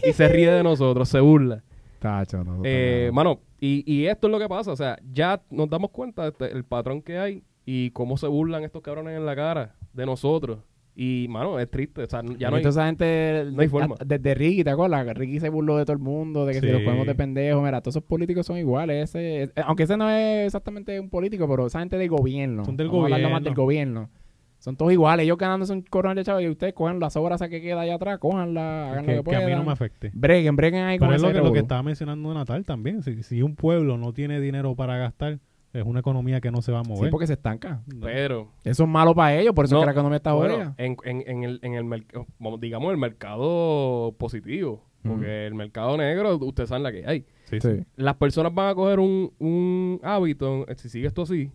Speaker 1: y se ríe de nosotros, se burla.
Speaker 2: Tacho, no, no,
Speaker 1: Eh,
Speaker 2: no.
Speaker 1: mano, y, y esto es lo que pasa, o sea, ya nos damos cuenta del patrón que hay y cómo se burlan estos cabrones en la cara de nosotros. Y, mano, es triste, o sea, ya no hay...
Speaker 2: Entonces, esa gente.
Speaker 1: no hay forma.
Speaker 2: a- Desde Ricky, ¿te acuerdas? Que Ricky se burló de todo el mundo, de que si
Speaker 3: Sí.
Speaker 2: los ponemos de pendejo. Mira, todos esos políticos son iguales. Ese, eh, aunque ese no es exactamente un político, pero esa gente del gobierno.
Speaker 3: Son del
Speaker 2: Vamos a hablar más del gobierno. Son todos iguales. Ellos ganándose un coronel de chavo y ustedes cojan las obras que queda allá atrás, cojanla, hagan
Speaker 3: que,
Speaker 2: lo que
Speaker 3: que a mí no
Speaker 2: puedan.
Speaker 3: me afecte.
Speaker 2: Breguen, breguen ahí
Speaker 3: Pero
Speaker 2: con
Speaker 3: es lo
Speaker 2: ese
Speaker 3: que, lo que
Speaker 2: revolú.
Speaker 3: estaba mencionando Natal también. Si, si un pueblo no tiene dinero para gastar, es una economía que no se va a
Speaker 2: Sí,
Speaker 3: mover.
Speaker 2: porque se estanca.
Speaker 1: Pero...
Speaker 2: Eso es malo para ellos, por eso
Speaker 1: No,
Speaker 2: es que la economía está
Speaker 1: Bueno,
Speaker 2: jodida.
Speaker 1: en, en- en el, en el mercado, digamos, el mercado positivo, porque el mercado negro, ustedes saben la que hay.
Speaker 3: Sí, sí.
Speaker 2: Sí.
Speaker 1: Las personas van a coger un, un hábito, eh, si sigue esto así,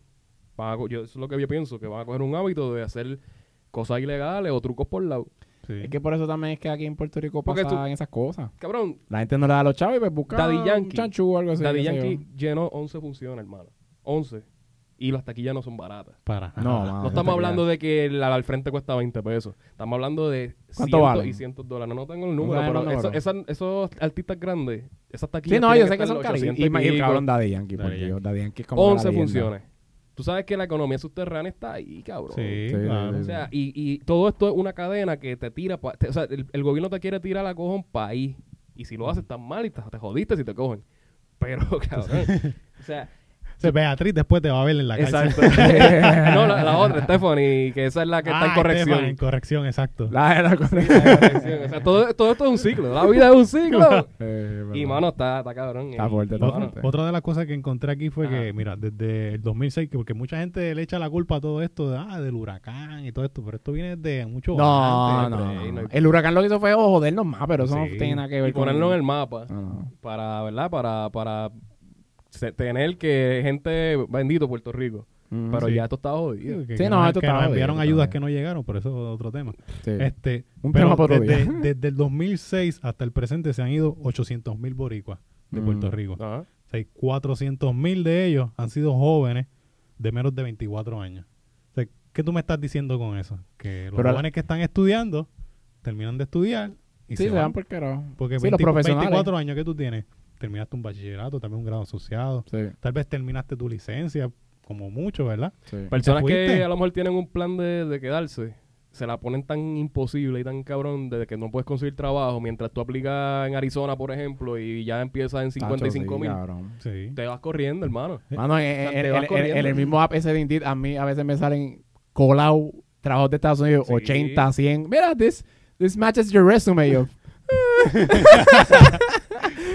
Speaker 1: van a co- yo, eso es lo que yo pienso, que van a coger un hábito de hacer cosas ilegales o trucos por lado.
Speaker 3: sí.
Speaker 2: Es que por eso también es que aquí en Puerto Rico
Speaker 1: Porque
Speaker 2: pasan
Speaker 1: tú-
Speaker 2: esas cosas.
Speaker 1: Cabrón,
Speaker 2: La gente no le da a los chavos y pues busca
Speaker 1: Daddy
Speaker 2: un
Speaker 1: Yankee.
Speaker 2: chanchu o algo así.
Speaker 1: Daddy
Speaker 2: qué sé yo.
Speaker 1: Yankee llenó 11 funciones, hermano. 11. Y las taquillas no son baratas.
Speaker 3: Para. nada.
Speaker 2: No, mano,
Speaker 1: No
Speaker 2: Ah, eso
Speaker 1: estamos
Speaker 2: te
Speaker 1: hablando de que la al frente cuesta 20 pesos. Estamos hablando de
Speaker 2: ¿Cuánto
Speaker 1: cientos
Speaker 2: valen?
Speaker 1: y cientos de dólares. No tengo el número,
Speaker 2: sabes
Speaker 1: pero
Speaker 2: los números.
Speaker 1: eso- esas- esos artistas grandes, esas taquillas.
Speaker 2: queda. Sí, no, yo
Speaker 1: tienen
Speaker 2: sé que
Speaker 1: estar
Speaker 2: son
Speaker 1: en los
Speaker 2: caros. Y,
Speaker 1: 800
Speaker 2: y,
Speaker 1: y
Speaker 2: y
Speaker 1: pico.
Speaker 2: cabrón, Daddy Yankee, por
Speaker 3: Daddy
Speaker 2: Dios. Daddy Yankee es como la
Speaker 1: 11
Speaker 2: leyenda.
Speaker 1: funciones. Tú sabes que la economía subterránea está ahí, cabrón.
Speaker 3: Sí,
Speaker 2: Sí,
Speaker 3: claro.
Speaker 1: O sea, y, y todo esto es una cadena que te tira. pa- te- o sea, el, el gobierno te quiere tirar la cojón para ahí. Y si lo haces, tan mal y te, te jodiste si te cogen. (laughs) Pero,
Speaker 2: (laughs)
Speaker 1: cabrón. o sea,
Speaker 3: O sea, Beatriz después te va a ver en la cárcel.
Speaker 1: exacto. (laughs) no, la, la
Speaker 2: (laughs)
Speaker 1: otra, Stephanie, que esa es la que está en
Speaker 3: Ah,
Speaker 1: corrección.
Speaker 3: Estefan, en corrección, exacto.
Speaker 2: (laughs) La la
Speaker 1: La corrección. (laughs) O sea, todo, todo esto es un ciclo. La vida es un
Speaker 2: (laughs)
Speaker 1: ciclo.
Speaker 2: Eh,
Speaker 1: y,
Speaker 2: verdad.
Speaker 1: mano, está, está cabrón.
Speaker 2: Está
Speaker 1: Y-
Speaker 2: fuerte,
Speaker 1: y,
Speaker 2: está
Speaker 1: mano,
Speaker 2: fuerte.
Speaker 3: Otra de las cosas que encontré aquí fue
Speaker 1: Ajá.
Speaker 3: que, mira, desde el 2006, que porque mucha gente le echa la culpa a todo esto de, ah, del huracán y todo esto, pero esto viene de mucho
Speaker 2: No,
Speaker 3: antes,
Speaker 2: no,
Speaker 3: de-
Speaker 1: ahí no
Speaker 2: no.
Speaker 1: hay-
Speaker 2: El huracán lo que hizo fue oh, jodernos más, pero eso no
Speaker 3: Sí.
Speaker 2: tiene nada que
Speaker 1: y
Speaker 2: ver con...
Speaker 1: ponerlo en el mapa.
Speaker 2: No, no.
Speaker 1: para, ¿verdad? Para, para se- tener que gente, bendito Puerto Rico.
Speaker 2: Mm,
Speaker 1: Pero
Speaker 3: sí.
Speaker 1: ya esto está jodido.
Speaker 3: Que,
Speaker 2: Sí,
Speaker 3: que
Speaker 2: no,
Speaker 3: nos-
Speaker 2: esto
Speaker 3: que
Speaker 2: está
Speaker 3: nos
Speaker 2: jodido,
Speaker 3: enviaron
Speaker 2: esto está
Speaker 3: ayudas
Speaker 2: jodido.
Speaker 3: que no llegaron, pero eso es otro tema.
Speaker 2: sí.
Speaker 3: Este,
Speaker 2: Un
Speaker 3: pero
Speaker 2: tema para otro
Speaker 3: desde,
Speaker 2: día. (laughs)
Speaker 3: desde el 2006 hasta el presente se han ido 800 mil boricuas de
Speaker 2: Mm.
Speaker 3: Puerto Rico.
Speaker 1: Ajá.
Speaker 3: O sea, 400 mil de ellos han sido jóvenes de menos de 24 años. O sea, ¿qué tú me estás diciendo con eso? Que los
Speaker 2: Pero la-
Speaker 3: jóvenes que están estudiando terminan de estudiar y
Speaker 2: Sí,
Speaker 3: se, van.
Speaker 2: por carajo.
Speaker 3: Porque
Speaker 2: sí, los
Speaker 3: 20
Speaker 2: profesionales.
Speaker 3: 24 años que tú tienes, terminaste un bachillerato, también un grado asociado.
Speaker 2: Sí,
Speaker 3: Tal vez terminaste tu licencia, como mucho, ¿verdad?
Speaker 2: sí.
Speaker 1: Personas
Speaker 3: fuiste?
Speaker 1: que a lo mejor tienen un plan de, de quedarse, se la ponen tan imposible y tan cabrón de que no puedes conseguir trabajo mientras tú aplicas en Arizona, por ejemplo, y ya empiezas en 55 mil.
Speaker 3: Sí.
Speaker 1: Te vas corriendo,
Speaker 2: (laughs)
Speaker 1: hermano.
Speaker 2: Mano, en,
Speaker 1: sea,
Speaker 2: en-
Speaker 1: te
Speaker 2: en-
Speaker 1: vas
Speaker 2: en- en-
Speaker 1: corriendo.
Speaker 2: en el mismo app ese de Indeed, a mí a veces me salen colao trabajos de Estados Unidos,
Speaker 1: Sí.
Speaker 2: 80, 100. Mira, this, this matches your
Speaker 1: (laughs)
Speaker 2: resume. Yo.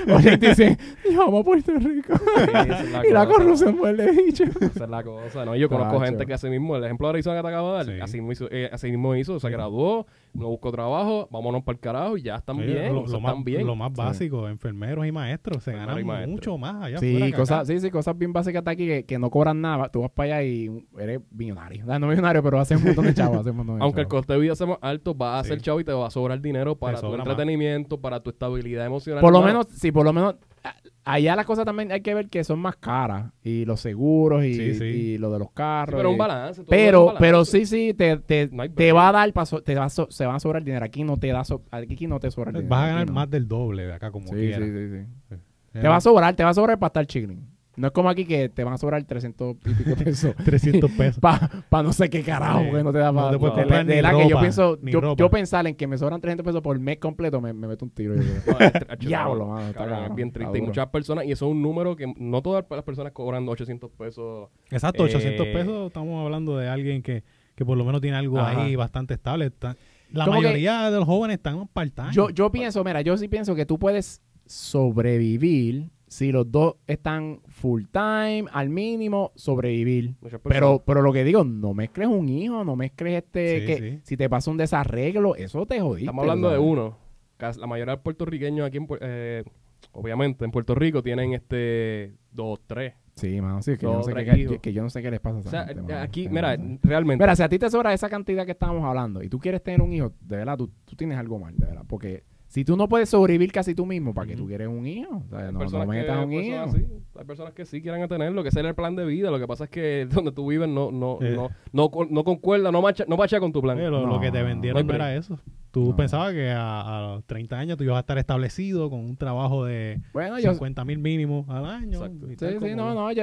Speaker 2: 80 y 100. Yo amo Puerto Rico.
Speaker 1: Sí, esa es
Speaker 2: (laughs) y la
Speaker 1: cosa.
Speaker 2: corrupción por el (laughs) bicho.
Speaker 1: Esa es la cosa, ¿no? Yo conozco
Speaker 2: Tacho.
Speaker 1: gente que así mismo, el ejemplo de Arizona que te acabo de dar,
Speaker 3: Sí.
Speaker 1: así, mismo hizo, eh, así mismo hizo, se graduó, no buscó trabajo, vámonos para el carajo y ya están
Speaker 3: Sí,
Speaker 1: bien,
Speaker 3: lo,
Speaker 1: o
Speaker 3: lo
Speaker 1: sea,
Speaker 3: más,
Speaker 1: están bien.
Speaker 3: lo más básico, enfermeros y maestros se
Speaker 1: Enfermeros y
Speaker 3: ganan
Speaker 1: maestros.
Speaker 3: mucho más allá afuera
Speaker 2: Sí,
Speaker 3: que acá.
Speaker 2: cosas, sí, sí, cosas bien básicas hasta aquí que, que no cobran nada. Tú vas para allá y eres millonario. O sea, no millonario, pero haces un montón de chavos. haces un montón de
Speaker 1: Aunque el
Speaker 2: chavos.
Speaker 1: coste de vida sea más alto, va a
Speaker 3: Sí.
Speaker 1: ser chavo y te va a sobrar dinero para tu
Speaker 3: sobra más.
Speaker 1: entretenimiento, para tu estabilidad emocional.
Speaker 2: Por lo
Speaker 1: hermano.
Speaker 2: menos, sí, por lo menos. a- Allá las cosas también hay que ver que son más caras. Y los seguros y,
Speaker 3: Sí, sí.
Speaker 2: y lo de los
Speaker 1: Sí,
Speaker 2: carros.
Speaker 1: pero
Speaker 2: y-
Speaker 1: un balance. todo es un
Speaker 2: Pero,
Speaker 1: balance.
Speaker 2: pero sí, sí, te, te,
Speaker 1: No hay
Speaker 2: te
Speaker 1: break.
Speaker 2: va a dar, paso, te va a so- se va a sobrar el dinero. Aquí no te da, so- aquí no te sobra el dinero.
Speaker 3: Vas a
Speaker 2: aquí
Speaker 3: ganar
Speaker 2: no.
Speaker 3: más del doble de acá como
Speaker 2: Sí, sí,
Speaker 3: quieras.
Speaker 2: sí, sí.
Speaker 3: Eh,
Speaker 2: Te va a sobrar, te va a sobrar para estar chilling. No es como aquí que te van a sobrar 300 y pico (laughs) pesos
Speaker 3: (laughs) 300 pesos.
Speaker 2: para no sé qué carajo
Speaker 3: Sí.
Speaker 2: que no te da
Speaker 3: No
Speaker 2: para...
Speaker 3: te puedes
Speaker 2: de-
Speaker 3: comprar
Speaker 2: de
Speaker 3: ni
Speaker 2: la que yo
Speaker 3: ropa,
Speaker 2: pienso,
Speaker 3: ni
Speaker 2: yo,
Speaker 3: ropa.
Speaker 2: yo pensar en que me sobran 300 pesos por mes completo, me, me meto un tiro. yo creo.
Speaker 3: (laughs)
Speaker 1: No, es-
Speaker 2: (laughs)
Speaker 1: es-
Speaker 2: Diablo,
Speaker 1: cabrón,
Speaker 2: mano, está
Speaker 1: cabrón,
Speaker 2: cabrón,
Speaker 1: es bien
Speaker 2: está
Speaker 1: triste. Y
Speaker 2: duro.
Speaker 1: muchas personas, y eso es un número que no todas las personas cobran 800 pesos.
Speaker 3: Exacto, 800
Speaker 1: Eh,
Speaker 3: pesos. Estamos hablando de alguien que, que por lo menos tiene algo
Speaker 2: Ajá.
Speaker 3: ahí bastante estable. Está- la
Speaker 2: Como que-
Speaker 3: mayoría de los jóvenes están part-time.
Speaker 2: Yo, yo pienso, mira, yo sí pienso que tú puedes sobrevivir si los dos están full time, al mínimo, sobrevivir.
Speaker 1: Muchas
Speaker 3: Pues
Speaker 1: personas.
Speaker 2: Pero, pero lo que digo, no mezcles un hijo, no mezcles este,
Speaker 3: Sí,
Speaker 2: que
Speaker 3: sí.
Speaker 2: si te pasa un desarreglo, eso te jodiste.
Speaker 1: Estamos hablando de
Speaker 2: ¿sabes?
Speaker 1: uno. Cas- La mayoría de los puertorriqueños aquí, en, Pu- eh, obviamente, en Puerto Rico tienen este dos, tres.
Speaker 2: Sí, mano, sí, que, yo
Speaker 1: Dos,
Speaker 2: no sé
Speaker 1: tres
Speaker 2: qué,
Speaker 1: hijos.
Speaker 2: que, que yo no sé qué les pasa. a esa
Speaker 1: O sea,
Speaker 2: gente,
Speaker 1: eh,
Speaker 2: mano.
Speaker 1: aquí,
Speaker 2: Qué
Speaker 1: mira,
Speaker 2: mierda.
Speaker 1: realmente.
Speaker 2: Mira, si a ti te sobra esa cantidad que estábamos hablando y tú quieres tener un hijo, de verdad, tú, tú tienes algo mal, de verdad. Porque si tú no puedes sobrevivir casi tú mismo, ¿para qué tú
Speaker 3: Ujú.
Speaker 2: quieres un hijo? O sea,
Speaker 1: hay
Speaker 2: no, no
Speaker 1: personas que-
Speaker 2: metas un hijo.
Speaker 1: personas así. Hay personas que sí quieran tenerlo, que ese era el plan de vida. Lo que pasa es que (laughs) donde tú vives no, no,
Speaker 3: Eh.
Speaker 1: no, no, co- no concuerda, no macha, no macha con tu plan.
Speaker 3: Eh, lo, lo que te
Speaker 2: No,
Speaker 3: vendieron
Speaker 1: no hay
Speaker 3: era eso. Tú
Speaker 2: No.
Speaker 3: pensabas que a, a los 30 años tú ibas a estar establecido con un trabajo de
Speaker 2: Bueno, yo,
Speaker 3: 50 mil mínimo al año.
Speaker 1: Exacto.
Speaker 3: y
Speaker 2: Sí,
Speaker 3: tal
Speaker 2: sí,
Speaker 3: como-
Speaker 2: no, no, yo,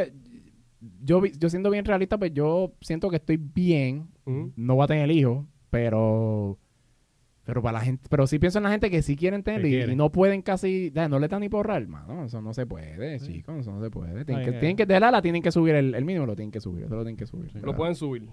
Speaker 2: yo, vi- yo siendo bien realista, pues yo siento que estoy bien,
Speaker 1: Ujú.
Speaker 2: no voy a tener hijos, pero pero para la gente, pero sí pienso en la gente que sí quieren tener
Speaker 3: Que
Speaker 2: y- y,
Speaker 3: quieren.
Speaker 2: no pueden casi, da, no le dan ni por ahorrar, mano, eso no se puede, chicos, eso no se puede. Tienen
Speaker 3: Ay,
Speaker 2: que,
Speaker 3: ay,
Speaker 2: tienen
Speaker 3: ay.
Speaker 2: que de la, la tienen que subir el, el mínimo, lo tienen que subir, eso lo tienen que subir.
Speaker 1: Lo
Speaker 2: claro.
Speaker 1: pueden subir.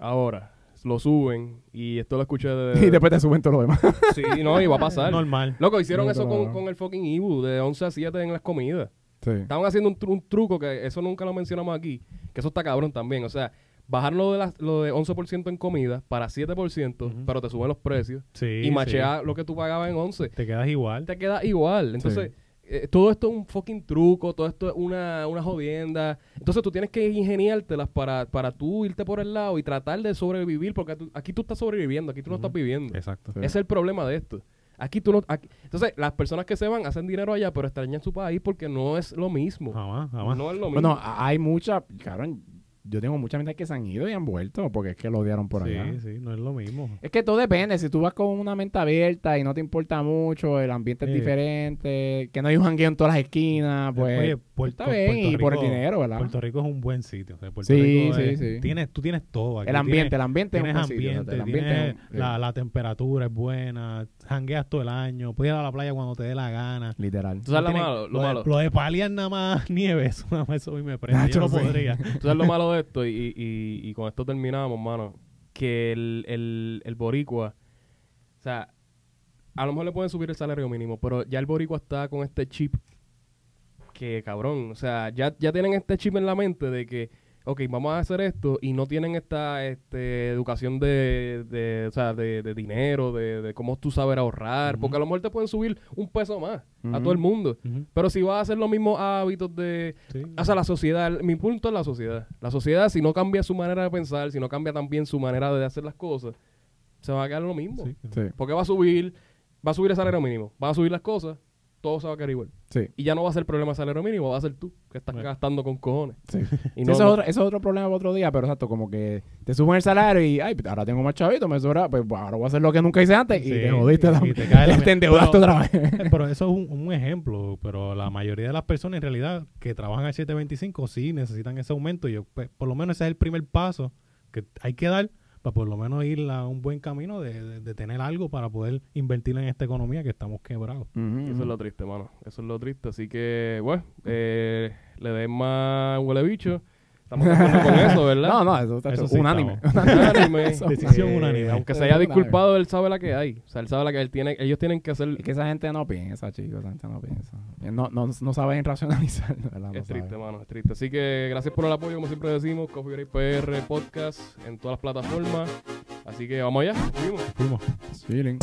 Speaker 1: Ahora, lo suben. Y esto lo escuché de.
Speaker 2: (laughs) y después te suben todo lo demás.
Speaker 1: Sí, no, y va a
Speaker 3: (laughs)
Speaker 1: pasar.
Speaker 3: Normal.
Speaker 1: Loco, hicieron
Speaker 2: No,
Speaker 1: eso
Speaker 2: pero-
Speaker 1: con, con el fucking Ibu de 11 a 7 en las comidas.
Speaker 2: Sí.
Speaker 1: Estaban haciendo un, tru- un truco que eso nunca lo mencionamos aquí, que eso está cabrón también. O sea, bajar lo de, las- lo de 11% en comida para 7%,
Speaker 3: Ujú.
Speaker 1: pero te suben los precios
Speaker 3: Sí,
Speaker 1: y
Speaker 3: sí.
Speaker 1: machear lo que tú pagabas en 11.
Speaker 3: Te quedas igual.
Speaker 1: Te queda igual. Entonces, eh, todo esto es un fucking truco, todo esto es una, una jodienda. Entonces tú tienes que ingeniártelas para, para tú irte por el lado y tratar de sobrevivir, porque tú- aquí tú estás sobreviviendo, aquí tú no
Speaker 3: Ujú.
Speaker 1: estás viviendo.
Speaker 3: Exacto.
Speaker 2: Sí.
Speaker 1: Ese es el problema de esto. Aquí tú no. aquí- entonces, las personas que se van hacen dinero allá, pero extrañan su país porque no es lo mismo.
Speaker 3: Jamás, jamás.
Speaker 1: Pues No es lo mismo.
Speaker 2: Bueno, a- hay mucha, cabrón, yo tengo mucha gente que se han ido y han vuelto porque es que lo odiaron por
Speaker 3: sí,
Speaker 2: allá. Eh,
Speaker 3: sí, no es lo mismo.
Speaker 2: Es que todo depende. Si tú vas con una mente abierta y no te importa mucho, el ambiente es
Speaker 3: Sí.
Speaker 2: diferente, que no hay un jangueo en todas las esquinas, pues.
Speaker 3: Eh, Oye, Puerto-
Speaker 2: está bien,
Speaker 3: Puerto
Speaker 2: y por el
Speaker 3: Rico-
Speaker 2: dinero, ¿verdad?
Speaker 3: Puerto Rico es un buen sitio. o sea, Puerto
Speaker 2: Sí,
Speaker 3: Rico
Speaker 2: sí,
Speaker 3: es-
Speaker 2: sí.
Speaker 3: Tienes, tú tienes todo. aquí.
Speaker 2: el ambiente,
Speaker 3: Tienes-
Speaker 2: el ambiente
Speaker 3: tienes
Speaker 2: es un buen sitio,
Speaker 3: ambiente,
Speaker 2: el ambiente
Speaker 3: tienes
Speaker 2: es un-
Speaker 3: la, la temperatura es buena, jangueas todo el año, puedes ir a la playa cuando te dé la gana.
Speaker 2: Literal.
Speaker 1: tú sabes lo
Speaker 3: No tienes-
Speaker 1: malo, lo,
Speaker 3: de-
Speaker 1: malo.
Speaker 3: Lo de paliar nada más (laughs) nieve, eso nada más eso a mí me prende.
Speaker 2: Nacho,
Speaker 3: Yo no
Speaker 2: sí. (laughs)
Speaker 3: podría.
Speaker 1: tú sabes (laughs) lo malo de esto, y, y- y- y con esto terminamos, mano. Que el, el, el boricua, o sea, a lo mejor le pueden subir el salario mínimo, pero ya el boricua está con este chip que, cabrón, o sea, ya, ya tienen este chip en la mente de que, ok, vamos a hacer esto y no tienen esta este, educación de, de, o sea, de, de dinero, de, de cómo tú saber ahorrar, porque a lo mejor te pueden subir un peso más a
Speaker 2: Ujú.
Speaker 1: todo el mundo.
Speaker 3: Ujú,
Speaker 1: Pero si vas a hacer los mismos hábitos de,
Speaker 3: sí.
Speaker 1: o sea, la sociedad, el- mi punto es la sociedad. La sociedad, si no cambia su manera de pensar, si no cambia también su manera de hacer las cosas, se va a quedar lo mismo.
Speaker 3: Sí.
Speaker 2: Sí,
Speaker 1: Porque va a subir, va a subir el salario mínimo, va a subir las cosas, todo se va a quedar igual.
Speaker 2: sí,
Speaker 1: Y ya no va a ser problema el salario mínimo, va a ser tú, que estás
Speaker 3: Bueno.
Speaker 1: gastando con cojones.
Speaker 2: sí.
Speaker 1: (laughs) Y
Speaker 2: Sí,
Speaker 1: no-
Speaker 2: eso,
Speaker 1: no-
Speaker 2: Es otro, eso es otro problema para otro día, pero exacto, como que te suben el salario y, ay, pues, ahora tengo más chavito, me sobra, pues bueno, ahora voy a hacer lo que nunca hice antes y
Speaker 3: Sí,
Speaker 2: te jodiste, la,
Speaker 3: y te cae la-
Speaker 2: (laughs) te endeudaste
Speaker 3: pero-
Speaker 2: otra vez.
Speaker 3: Eh, Pero eso es un, un ejemplo, pero la mayoría de las personas en realidad que trabajan al 725 sí necesitan ese aumento. y Yo, pues, por lo menos ese es el primer paso que hay que dar para por lo menos ir a un buen camino de, de- de tener algo para poder invertir en esta economía que estamos quebrados.
Speaker 1: Eso
Speaker 2: (laughs)
Speaker 1: es lo triste, mano. Eso es lo triste. Así que, bueno, eh, le den más huele bicho. Estamos de acuerdo
Speaker 2: (laughs)
Speaker 1: con eso, ¿verdad?
Speaker 2: No, no, eso, está
Speaker 3: Eso
Speaker 2: hecho
Speaker 3: sí
Speaker 2: unánime.
Speaker 3: estamos.
Speaker 1: Unánime.
Speaker 3: Decisión unánime.
Speaker 1: Eh, Aunque se
Speaker 2: Eso
Speaker 1: haya
Speaker 2: es unánime.
Speaker 1: disculpado, él sabe la que hay. O sea, él sabe la que él tiene. Ellos tienen que hacer.
Speaker 2: Es que esa gente no piensa, chicos, esa gente no piensa. No, no, no saben racionalizar, (laughs) de ¿verdad? No
Speaker 1: Es triste,
Speaker 2: saben.
Speaker 1: mano, es triste. Así que gracias por el apoyo, como siempre decimos, Coffee Break PR Podcast en todas las plataformas. Así que vamos allá, seguimos.
Speaker 3: Fuimos.
Speaker 2: Feeling.